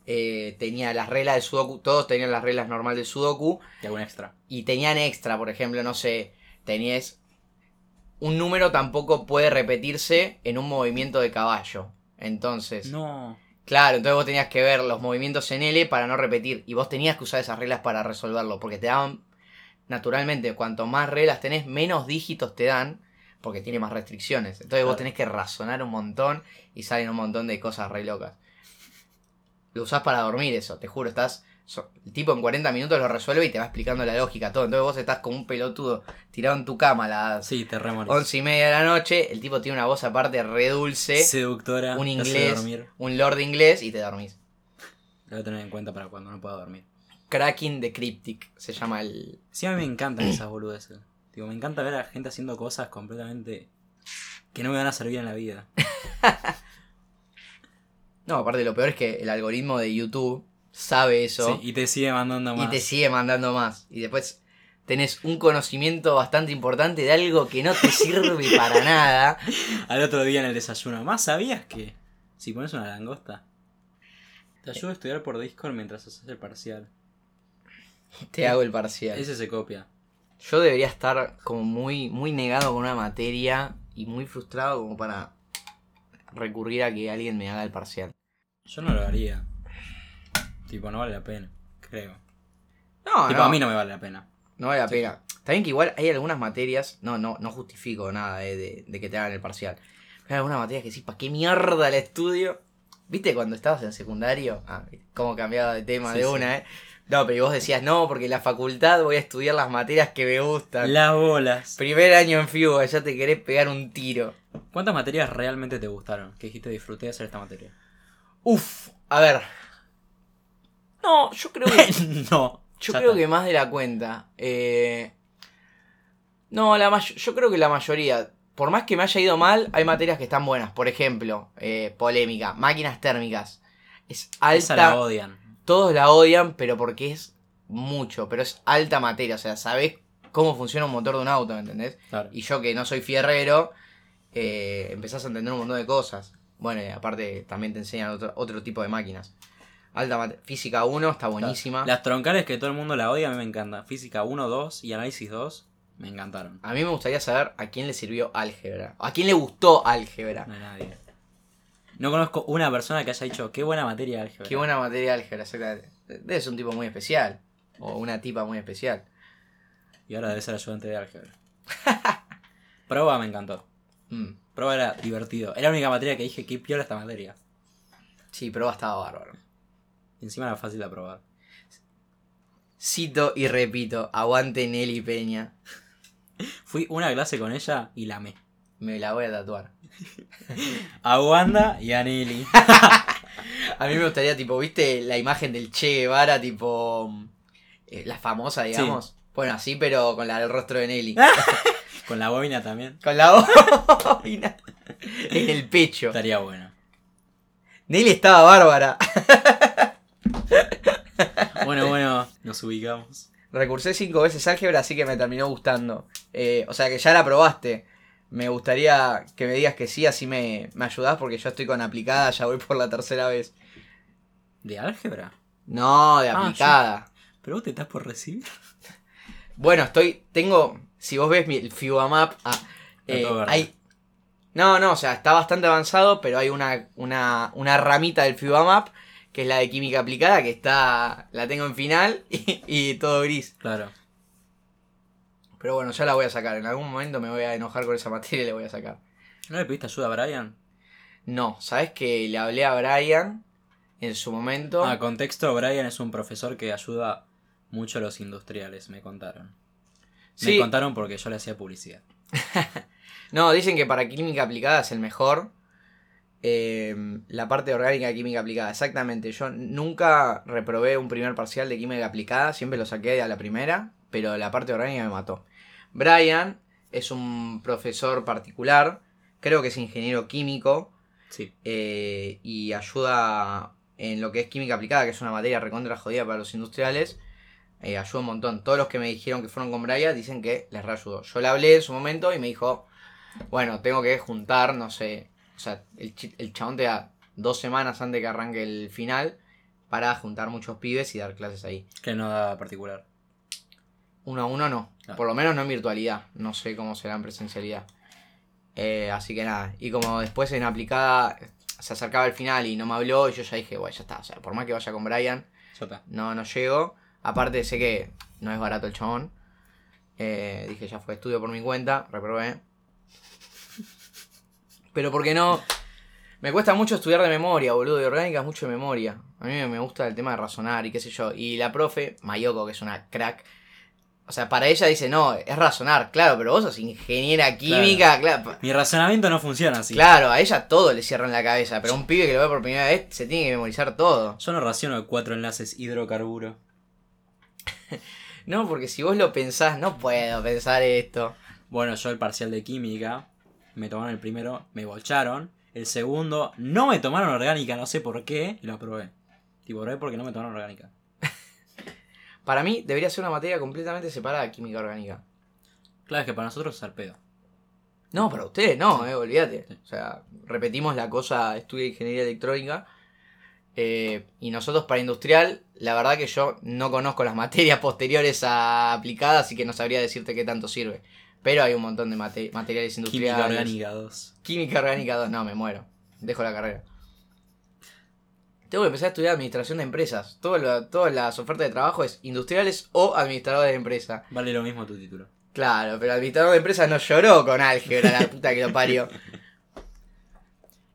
Speaker 2: eh, tenía las reglas de sudoku, todos tenían las reglas normales de sudoku
Speaker 1: Y algún extra.
Speaker 2: y tenían extra, por ejemplo, no sé, tenías un número tampoco puede repetirse en un movimiento de caballo. Entonces,
Speaker 1: No.
Speaker 2: Claro, entonces vos tenías que ver los movimientos en L para no repetir. Y vos tenías que usar esas reglas para resolverlo. Porque te daban. Naturalmente, cuanto más reglas tenés, menos dígitos te dan. Porque tiene más restricciones. Entonces vos
Speaker 1: Claro.
Speaker 2: tenés que razonar un montón. Y salen un montón de cosas re locas. Lo usás para dormir eso, te juro. Estás. so- el tipo en 40 minutos lo resuelve y te va explicando la lógica, todo. Entonces vos estás como un pelotudo tirado en tu cama a las
Speaker 1: Sí, te remolé.
Speaker 2: 11 y media de la noche. El tipo tiene una voz aparte re dulce
Speaker 1: Seductora.
Speaker 2: eh, un
Speaker 1: te hace
Speaker 2: inglés,
Speaker 1: dormir.
Speaker 2: un lord inglés y te dormís.
Speaker 1: Lo voy a tener en cuenta para cuando no pueda dormir.
Speaker 2: Cracking the Cryptic se llama el.
Speaker 1: Sí, a mí me encantan esas boludeces. Digo, me encanta ver a gente haciendo cosas completamente que no me van a servir en la vida.
Speaker 2: No, aparte lo peor es que el algoritmo de YouTube sabe eso
Speaker 1: Sí, y te sigue mandando
Speaker 2: y,
Speaker 1: más.
Speaker 2: te sigue mandando más. Y después tenés un conocimiento bastante importante de algo que no te sirve para nada.
Speaker 1: Al otro día en el desayuno. ¿Más sabías que si pones una langosta? Te ayuda a estudiar por Discord mientras haces el parcial.
Speaker 2: Te hago el parcial.
Speaker 1: Ese se copia.
Speaker 2: Yo debería estar como muy, muy negado con una materia y muy frustrado como para recurrir a que alguien me haga el parcial.
Speaker 1: Yo no lo haría. Tipo, no vale la pena, creo.
Speaker 2: No,
Speaker 1: tipo,
Speaker 2: Ah, no.
Speaker 1: a mí no me vale la pena.
Speaker 2: No vale la pena. También que igual hay algunas materias, no, no, no justifico nada eh, de, de que te hagan el parcial. Pero hay algunas materias que sí, ¿para qué mierda el estudio? ¿Viste cuando estabas en secundario? Ah, cómo cambiaba de tema
Speaker 1: Sí,
Speaker 2: de
Speaker 1: sí.
Speaker 2: una, eh. No, pero vos decías, no, porque en la facultad voy a estudiar las materias que me gustan.
Speaker 1: Las bolas.
Speaker 2: Primer año en FIBO, ya te querés pegar un tiro.
Speaker 1: ¿Cuántas materias realmente te gustaron? Que dijiste disfruté de hacer esta materia.
Speaker 2: Uf, a ver. No, yo creo que
Speaker 1: no.
Speaker 2: Yo
Speaker 1: ya
Speaker 2: creo
Speaker 1: está.
Speaker 2: que más de la cuenta. Eh, no, la may- yo creo que la mayoría. Por más que me haya ido mal, hay materias que están buenas. Por ejemplo, eh, polémica, máquinas térmicas. Es
Speaker 1: Esa la
Speaker 2: alta.
Speaker 1: odian.
Speaker 2: todos la odian, pero porque es mucho. Pero es alta materia. O sea, sabés cómo funciona un motor de un auto, ¿me entendés?
Speaker 1: Claro.
Speaker 2: Y yo que no soy fierrero, eh, empezás a entender un montón de cosas. Bueno, y aparte también te enseñan otro, otro tipo de máquinas. Alta mate- Física 1 está buenísima.
Speaker 1: Las troncales que todo el mundo la odia, a mí me encanta. Física 1, 2 y análisis 2 me encantaron.
Speaker 2: A mí me gustaría saber a quién le sirvió álgebra. ¿A quién le gustó álgebra?
Speaker 1: No hay nadie. No conozco una persona que haya dicho qué buena materia de álgebra.
Speaker 2: Qué buena materia álgebra, exactamente. Debe ser un tipo muy especial. O una tipa muy especial.
Speaker 1: Y ahora debe ser ayudante de álgebra. Proba me encantó.
Speaker 2: Mm.
Speaker 1: Proba era divertido. Era la única materia que dije qué piola esta materia.
Speaker 2: Sí, pero estaba bárbaro.
Speaker 1: Y encima era fácil de aprobar.
Speaker 2: Cito y repito, aguante Nelly Peña.
Speaker 1: Fui una clase con ella y la amé.
Speaker 2: Me la voy a tatuar.
Speaker 1: A Wanda y a Nelly.
Speaker 2: A mí me gustaría, tipo, ¿viste la imagen del Che Guevara, tipo. eh, la famosa, digamos? Bueno, así, pero con la del rostro de Nelly.
Speaker 1: con la bobina también.
Speaker 2: con la bobina en el pecho.
Speaker 1: Estaría bueno.
Speaker 2: Nelly estaba bárbara.
Speaker 1: Bueno, bueno, nos ubicamos.
Speaker 2: Recursé cinco veces álgebra, así que me terminó gustando. Eh, o sea que ya la probaste. Me gustaría que me digas que sí, así me, me ayudás, porque yo estoy con aplicada, ya voy por la tercera vez.
Speaker 1: ¿De álgebra?
Speaker 2: No, de
Speaker 1: Ah,
Speaker 2: aplicada.
Speaker 1: ¿Pero vos te estás por recibir?
Speaker 2: Bueno, estoy. Tengo. Si vos ves mi, el FIBAMAP. ah, eh,
Speaker 1: todo verde.
Speaker 2: hay. No, no, o sea, está bastante avanzado, pero hay una, una, una ramita del FIBAMAP, que es la de química aplicada, que está. La tengo en final y- y todo gris.
Speaker 1: Claro.
Speaker 2: Pero bueno, ya la voy a sacar. En algún momento me voy a enojar con esa materia y la voy a sacar.
Speaker 1: ¿No le pediste ayuda a Brian?
Speaker 2: No, ¿sabes que le hablé a Brian en su momento?
Speaker 1: Ah, contexto, Brian es un profesor que ayuda mucho a los industriales, me contaron.
Speaker 2: sí,
Speaker 1: Me contaron porque yo le hacía publicidad.
Speaker 2: no, dicen que para química aplicada es el mejor. eh, la parte de orgánica y química aplicada. Exactamente, yo nunca reprobé un primer parcial de química aplicada, siempre lo saqué a la primera, pero la parte orgánica me mató. Brian es un profesor particular, creo que es ingeniero químico
Speaker 1: Sí.
Speaker 2: eh, y ayuda en lo que es química aplicada, que es una materia recontra jodida para los industriales. eh, ayuda un montón. Todos los que me dijeron que fueron con Brian dicen que les reayudó. Yo le hablé en su momento y me dijo, bueno, tengo que juntar, no sé. O sea, el, chi- el chabón te da dos semanas antes que arranque el final para juntar muchos pibes y dar clases ahí.
Speaker 1: Que no da particular.
Speaker 2: Uno a uno no.
Speaker 1: Claro.
Speaker 2: Por lo menos no en virtualidad. No sé cómo será en presencialidad. Eh, así que nada. Y como después en aplicada se acercaba el final y no me habló, yo ya dije, bueno, ya está. O sea, por más que vaya con Brian,
Speaker 1: Ya está.
Speaker 2: no, no llego. Aparte, sé que no es barato el chabón. Eh, dije, ya fue estudio por mi cuenta, reprobé. Pero porque no. Me cuesta mucho estudiar de memoria, boludo. De orgánica es mucho de memoria. A mí me gusta el tema de razonar y qué sé yo. Y la profe, Mayoko, que es una crack. O sea, para ella dice, no, es razonar, claro, pero vos sos ingeniera química, claro. pa-
Speaker 1: Mi razonamiento no funciona así.
Speaker 2: Claro, a ella todo le cierra en la cabeza, pero a un pibe que lo ve por primera vez se tiene que memorizar todo.
Speaker 1: Yo no raciono cuatro enlaces hidrocarburo.
Speaker 2: No, porque si vos lo pensás, no puedo pensar esto.
Speaker 1: Bueno, yo el parcial de química, me tomaron el primero, me bolcharon. El segundo, no me tomaron orgánica, no sé por qué, y lo aprobé. Tipo, aprobé porque no me tomaron orgánica.
Speaker 2: Para mí debería ser una materia completamente separada de química orgánica.
Speaker 1: Claro, es que para nosotros es al pedo.
Speaker 2: No, para ustedes no, eh, olvídate.
Speaker 1: Sí.
Speaker 2: O sea, repetimos la cosa, estudia ingeniería electrónica. eh, y nosotros para industrial, la verdad que yo no conozco las materias posteriores a aplicadas, así que no sabría decirte qué tanto sirve. Pero hay un montón de mate- materiales industriales.
Speaker 1: Química orgánica 2.
Speaker 2: Química orgánica 2, no, me muero. Dejo la carrera. Tengo que empezar a estudiar administración de empresas. Todo lo- todas las ofertas de trabajo es industriales o administradores de empresa.
Speaker 1: Vale lo mismo tu título.
Speaker 2: Claro, pero administrador de empresas no lloró con álgebra, la puta que lo parió.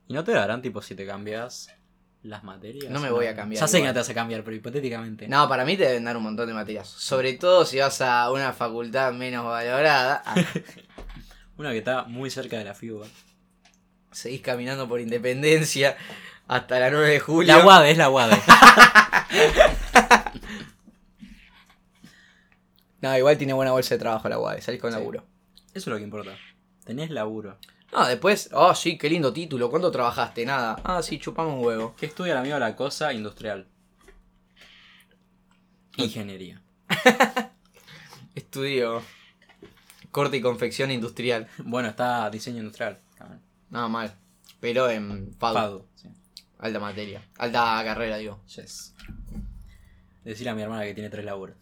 Speaker 1: ¿Y no te darán, tipo, si te cambias las materias?
Speaker 2: No me
Speaker 1: ¿O
Speaker 2: voy a cambiar
Speaker 1: Ya sé que
Speaker 2: igual.
Speaker 1: no te vas a cambiar, pero hipotéticamente.
Speaker 2: No, para mí te deben dar un montón de materias. Sobre todo si vas a una facultad menos valorada. Ah,
Speaker 1: Una que está muy cerca de la FIBA.
Speaker 2: seguís caminando por independencia hasta la 9 de julio.
Speaker 1: La UADE, es la UADE.
Speaker 2: no, igual tiene buena bolsa de trabajo la UAD, salís con
Speaker 1: Sí.
Speaker 2: laburo.
Speaker 1: Eso es lo que importa. Tenés laburo.
Speaker 2: No, después, oh sí, qué lindo título, ¿cuánto trabajaste? Nada. Ah, sí, chupamos un huevo.
Speaker 1: ¿Qué estudia el amigo la cosa industrial? Ingeniería.
Speaker 2: Estudio corte y confección industrial.
Speaker 1: Bueno, está diseño industrial. también.
Speaker 2: Nada mal. Pero en FADU.
Speaker 1: Padu. sí.
Speaker 2: Alta materia. Alta carrera, digo.
Speaker 1: Yes. Decirle a mi hermana que tiene tres laburos.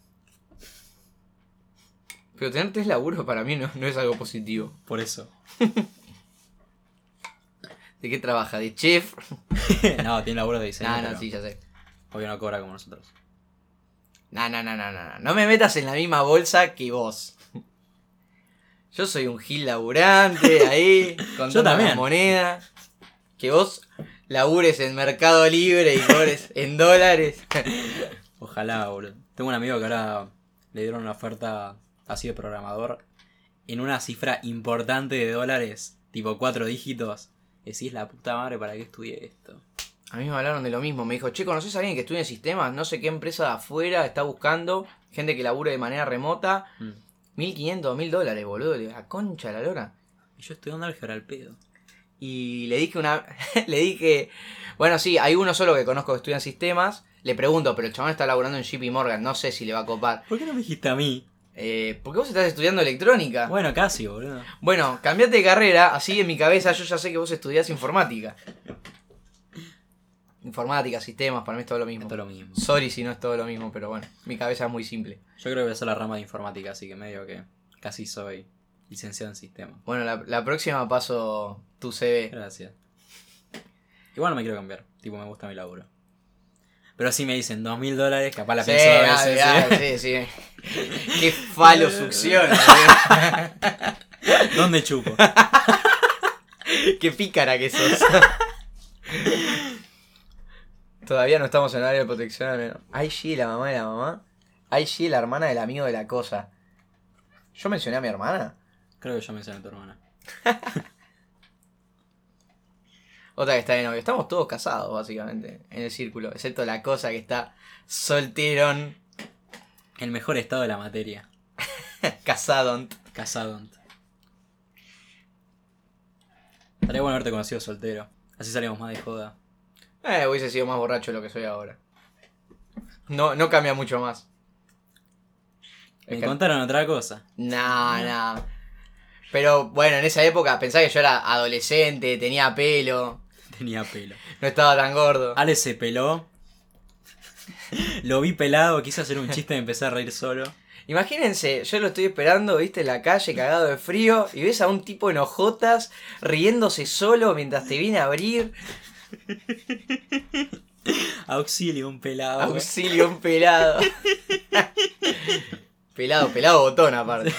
Speaker 2: Pero tener tres laburos para mí no, no es algo positivo.
Speaker 1: Por eso.
Speaker 2: ¿De qué trabaja? ¿De chef?
Speaker 1: no, tiene laburos de diseño.
Speaker 2: Nah, no,
Speaker 1: pero
Speaker 2: sí, ya sé.
Speaker 1: Obvio no cobra como nosotros.
Speaker 2: No, no, no, no, no, no. No me metas en la misma bolsa que vos. Yo soy un gil laburante ahí, contando las
Speaker 1: también.
Speaker 2: monedas. Que vos labures en Mercado Libre y cobres en dólares.
Speaker 1: Ojalá, boludo. Tengo un amigo que ahora le dieron una oferta así de programador en una cifra importante de dólares, tipo cuatro dígitos. Decís la puta madre para qué estudié esto.
Speaker 2: A mí me hablaron de lo mismo. Me dijo, che, ¿conoces a alguien que estudie sistemas? No sé qué empresa de afuera está buscando gente que labure de manera remota.
Speaker 1: Mm.
Speaker 2: 1500, 1000 dólares, boludo. Le digo, "La concha de la lora.
Speaker 1: Y yo estudiando álgebra al pedo.
Speaker 2: Y le dije una. le dije. Bueno, sí, hay uno solo que conozco que estudia en sistemas. Le pregunto, pero el chabón está laburando en JP Morgan, no sé si le va a copar.
Speaker 1: ¿Por qué no me dijiste a mí?
Speaker 2: Eh, ¿Por qué vos estás estudiando electrónica? Bueno,
Speaker 1: Bueno, casi, boludo.
Speaker 2: Ah. cambiate de carrera, así en mi cabeza yo ya sé que vos estudiás informática. Informática, sistemas, para mí es todo lo mismo.
Speaker 1: Es todo lo mismo.
Speaker 2: Sorry si no es todo lo mismo, pero bueno, mi cabeza es muy simple.
Speaker 1: Yo creo que voy a hacer la rama de informática, así que medio que casi soy licenciado en sistema.
Speaker 2: Bueno, la, la próxima paso tu CV.
Speaker 1: Gracias. Igual no me quiero cambiar, tipo me gusta mi laburo. Pero si me dicen dos mil dólares, capaz la
Speaker 2: Sí, ah,
Speaker 1: pienso dos
Speaker 2: dale,
Speaker 1: veces, ¿eh?
Speaker 2: dale, sí, sí. Qué falosucción. boludo.
Speaker 1: ¿eh? ¿Dónde chupo?
Speaker 2: Qué pícara que sos. Todavía no estamos en el área de protección al menor. Ay, sí, la mamá de la mamá. Ay, sí, la hermana del amigo de la cosa. ¿Yo mencioné a mi hermana?
Speaker 1: Creo que yo mencioné a tu hermana.
Speaker 2: Otra que está de novio. Estamos todos casados, básicamente, en el círculo. Excepto la cosa que está solterón,
Speaker 1: El mejor estado de la materia.
Speaker 2: casado.
Speaker 1: Casado. Estaría bueno haberte conocido soltero. Así salimos más de joda.
Speaker 2: Eh, hubiese sido más borracho de lo que soy ahora. No, no cambia mucho más.
Speaker 1: Me
Speaker 2: Es que-
Speaker 1: contaron otra cosa.
Speaker 2: No, no. Pero bueno, en esa época pensaba que yo era adolescente, tenía pelo,
Speaker 1: Tenía pelo.
Speaker 2: no estaba tan gordo.
Speaker 1: Ale se peló. Lo vi pelado, quise hacer un chiste y empecé a reír solo.
Speaker 2: Imagínense, yo lo estoy esperando, viste, en la calle cagado de frío y ves a un tipo en hojotas riéndose solo mientras te viene a abrir.
Speaker 1: Auxilio, un pelado.
Speaker 2: Auxilio, un pelado. pelado, pelado botón aparte.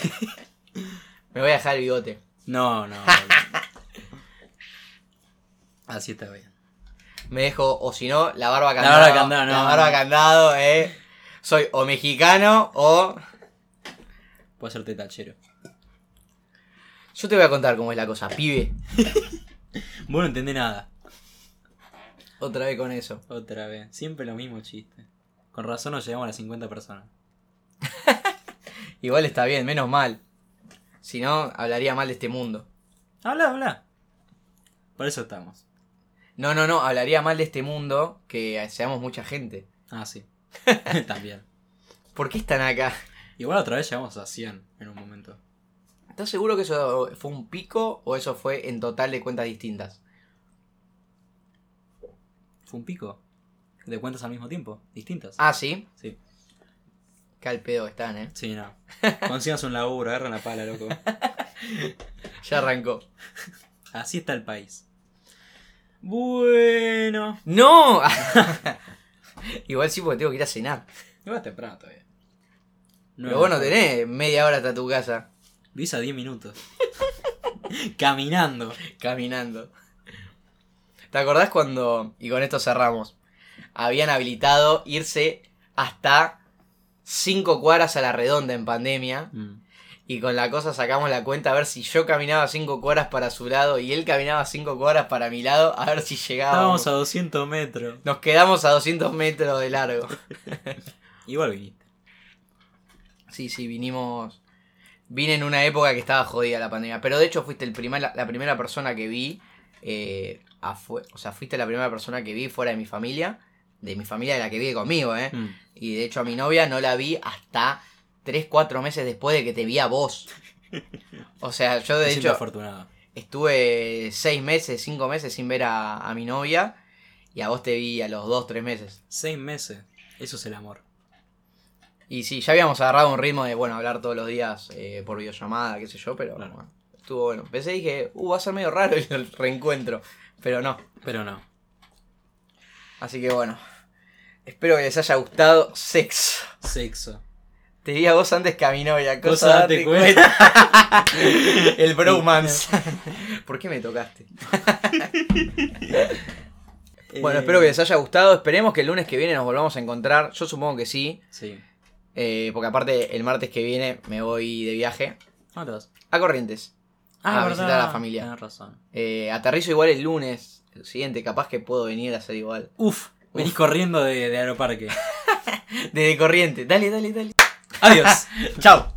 Speaker 2: Me voy a dejar el bigote.
Speaker 1: No, no. no. Así está bien.
Speaker 2: Me dejo, o si no, la barba
Speaker 1: La
Speaker 2: candado.
Speaker 1: barba candado, no,
Speaker 2: La
Speaker 1: no.
Speaker 2: barba candado, eh. Soy o mexicano o...
Speaker 1: Puedo hacerte tachero.
Speaker 2: Yo te voy a contar cómo es la cosa, pibe.
Speaker 1: Vos no entendés nada.
Speaker 2: Otra vez con eso.
Speaker 1: Otra vez. Siempre lo mismo chiste. Con razón nos llegamos a las 50 personas.
Speaker 2: Igual está bien, menos mal. Si no, hablaría mal de este mundo.
Speaker 1: Habla, habla. Por eso estamos.
Speaker 2: No, no, no, hablaría mal de este mundo que seamos mucha gente.
Speaker 1: Ah, sí. También.
Speaker 2: ¿Por qué están acá?
Speaker 1: Igual otra vez llegamos a 100 en un momento.
Speaker 2: ¿Estás seguro que eso fue un pico o eso fue en total de cuentas distintas?
Speaker 1: Fue un pico. De cuentas al mismo tiempo. Distintas.
Speaker 2: Ah, sí.
Speaker 1: Sí.
Speaker 2: Qué al pedo están, eh.
Speaker 1: Sí, no. Consigas un laburo, agarran la pala, loco.
Speaker 2: Ya arrancó.
Speaker 1: Así está el país. Bueno.
Speaker 2: ¡No! Igual sí, porque tengo que ir a cenar.
Speaker 1: Igual es temprano todavía.
Speaker 2: Pero vos no
Speaker 1: Nueve.
Speaker 2: tenés media hora hasta tu casa
Speaker 1: Vivís a 10 minutos. Caminando.
Speaker 2: caminando. ¿Te acordás cuando, y con esto cerramos, habían habilitado irse hasta 5 cuadras a la redonda en pandemia?
Speaker 1: Mm.
Speaker 2: Y con la cosa sacamos la cuenta a ver si yo caminaba 5 cuadras para su lado y él caminaba 5 cuadras para mi lado, a ver si llegábamos.
Speaker 1: Estábamos a 200 metros.
Speaker 2: Nos quedamos a 200 metros de largo.
Speaker 1: Igual viniste.
Speaker 2: Sí, sí, vinimos. Vine en una época que estaba jodida la pandemia. Pero de hecho fuiste el primer, la, la primera persona que vi. eh, afue- o sea, fuiste la primera persona que vi fuera de mi familia. De mi familia de la que vive conmigo,
Speaker 1: Mm.
Speaker 2: ¿eh? Y de hecho a mi novia no la vi hasta 3, 4 meses después de que te vi a vos. O sea, yo
Speaker 1: Me
Speaker 2: de
Speaker 1: siento
Speaker 2: hecho
Speaker 1: afortunado.
Speaker 2: estuve 6 meses, 5 meses sin ver a, a mi novia. Y a vos te vi a los 2, 3 meses.
Speaker 1: Seis meses. Eso es el amor.
Speaker 2: Y sí, ya habíamos agarrado un ritmo de, bueno, hablar todos los días eh, por videollamada, qué sé yo, pero
Speaker 1: Claro.
Speaker 2: bueno, estuvo bueno. Pensé y dije, uh, va a ser medio raro el reencuentro, pero no.
Speaker 1: Pero no.
Speaker 2: Así que bueno, espero que les haya gustado sexo.
Speaker 1: Sexo.
Speaker 2: Te vi a vos antes que a mi novia, cosa,
Speaker 1: Cosa date
Speaker 2: date
Speaker 1: cuenta.
Speaker 2: cuenta. El bromance. ¿Por qué me tocaste? Bueno,
Speaker 1: Eh,
Speaker 2: espero que les haya gustado. Esperemos que el lunes que viene nos volvamos a encontrar. Yo supongo que sí,
Speaker 1: Sí.
Speaker 2: eh, porque aparte el martes que viene me voy de viaje
Speaker 1: ¿Cómo te vas?
Speaker 2: a Corrientes. Ah,
Speaker 1: verdad.
Speaker 2: visitar a la familia.
Speaker 1: Tenés razón.
Speaker 2: Eh, aterrizo igual el lunes. El siguiente, capaz que puedo venir a hacer igual.
Speaker 1: Uf. Venís corriendo de, de Aeroparque.
Speaker 2: Desde corriente. Dale, dale, dale.
Speaker 1: Adiós.
Speaker 2: Chao.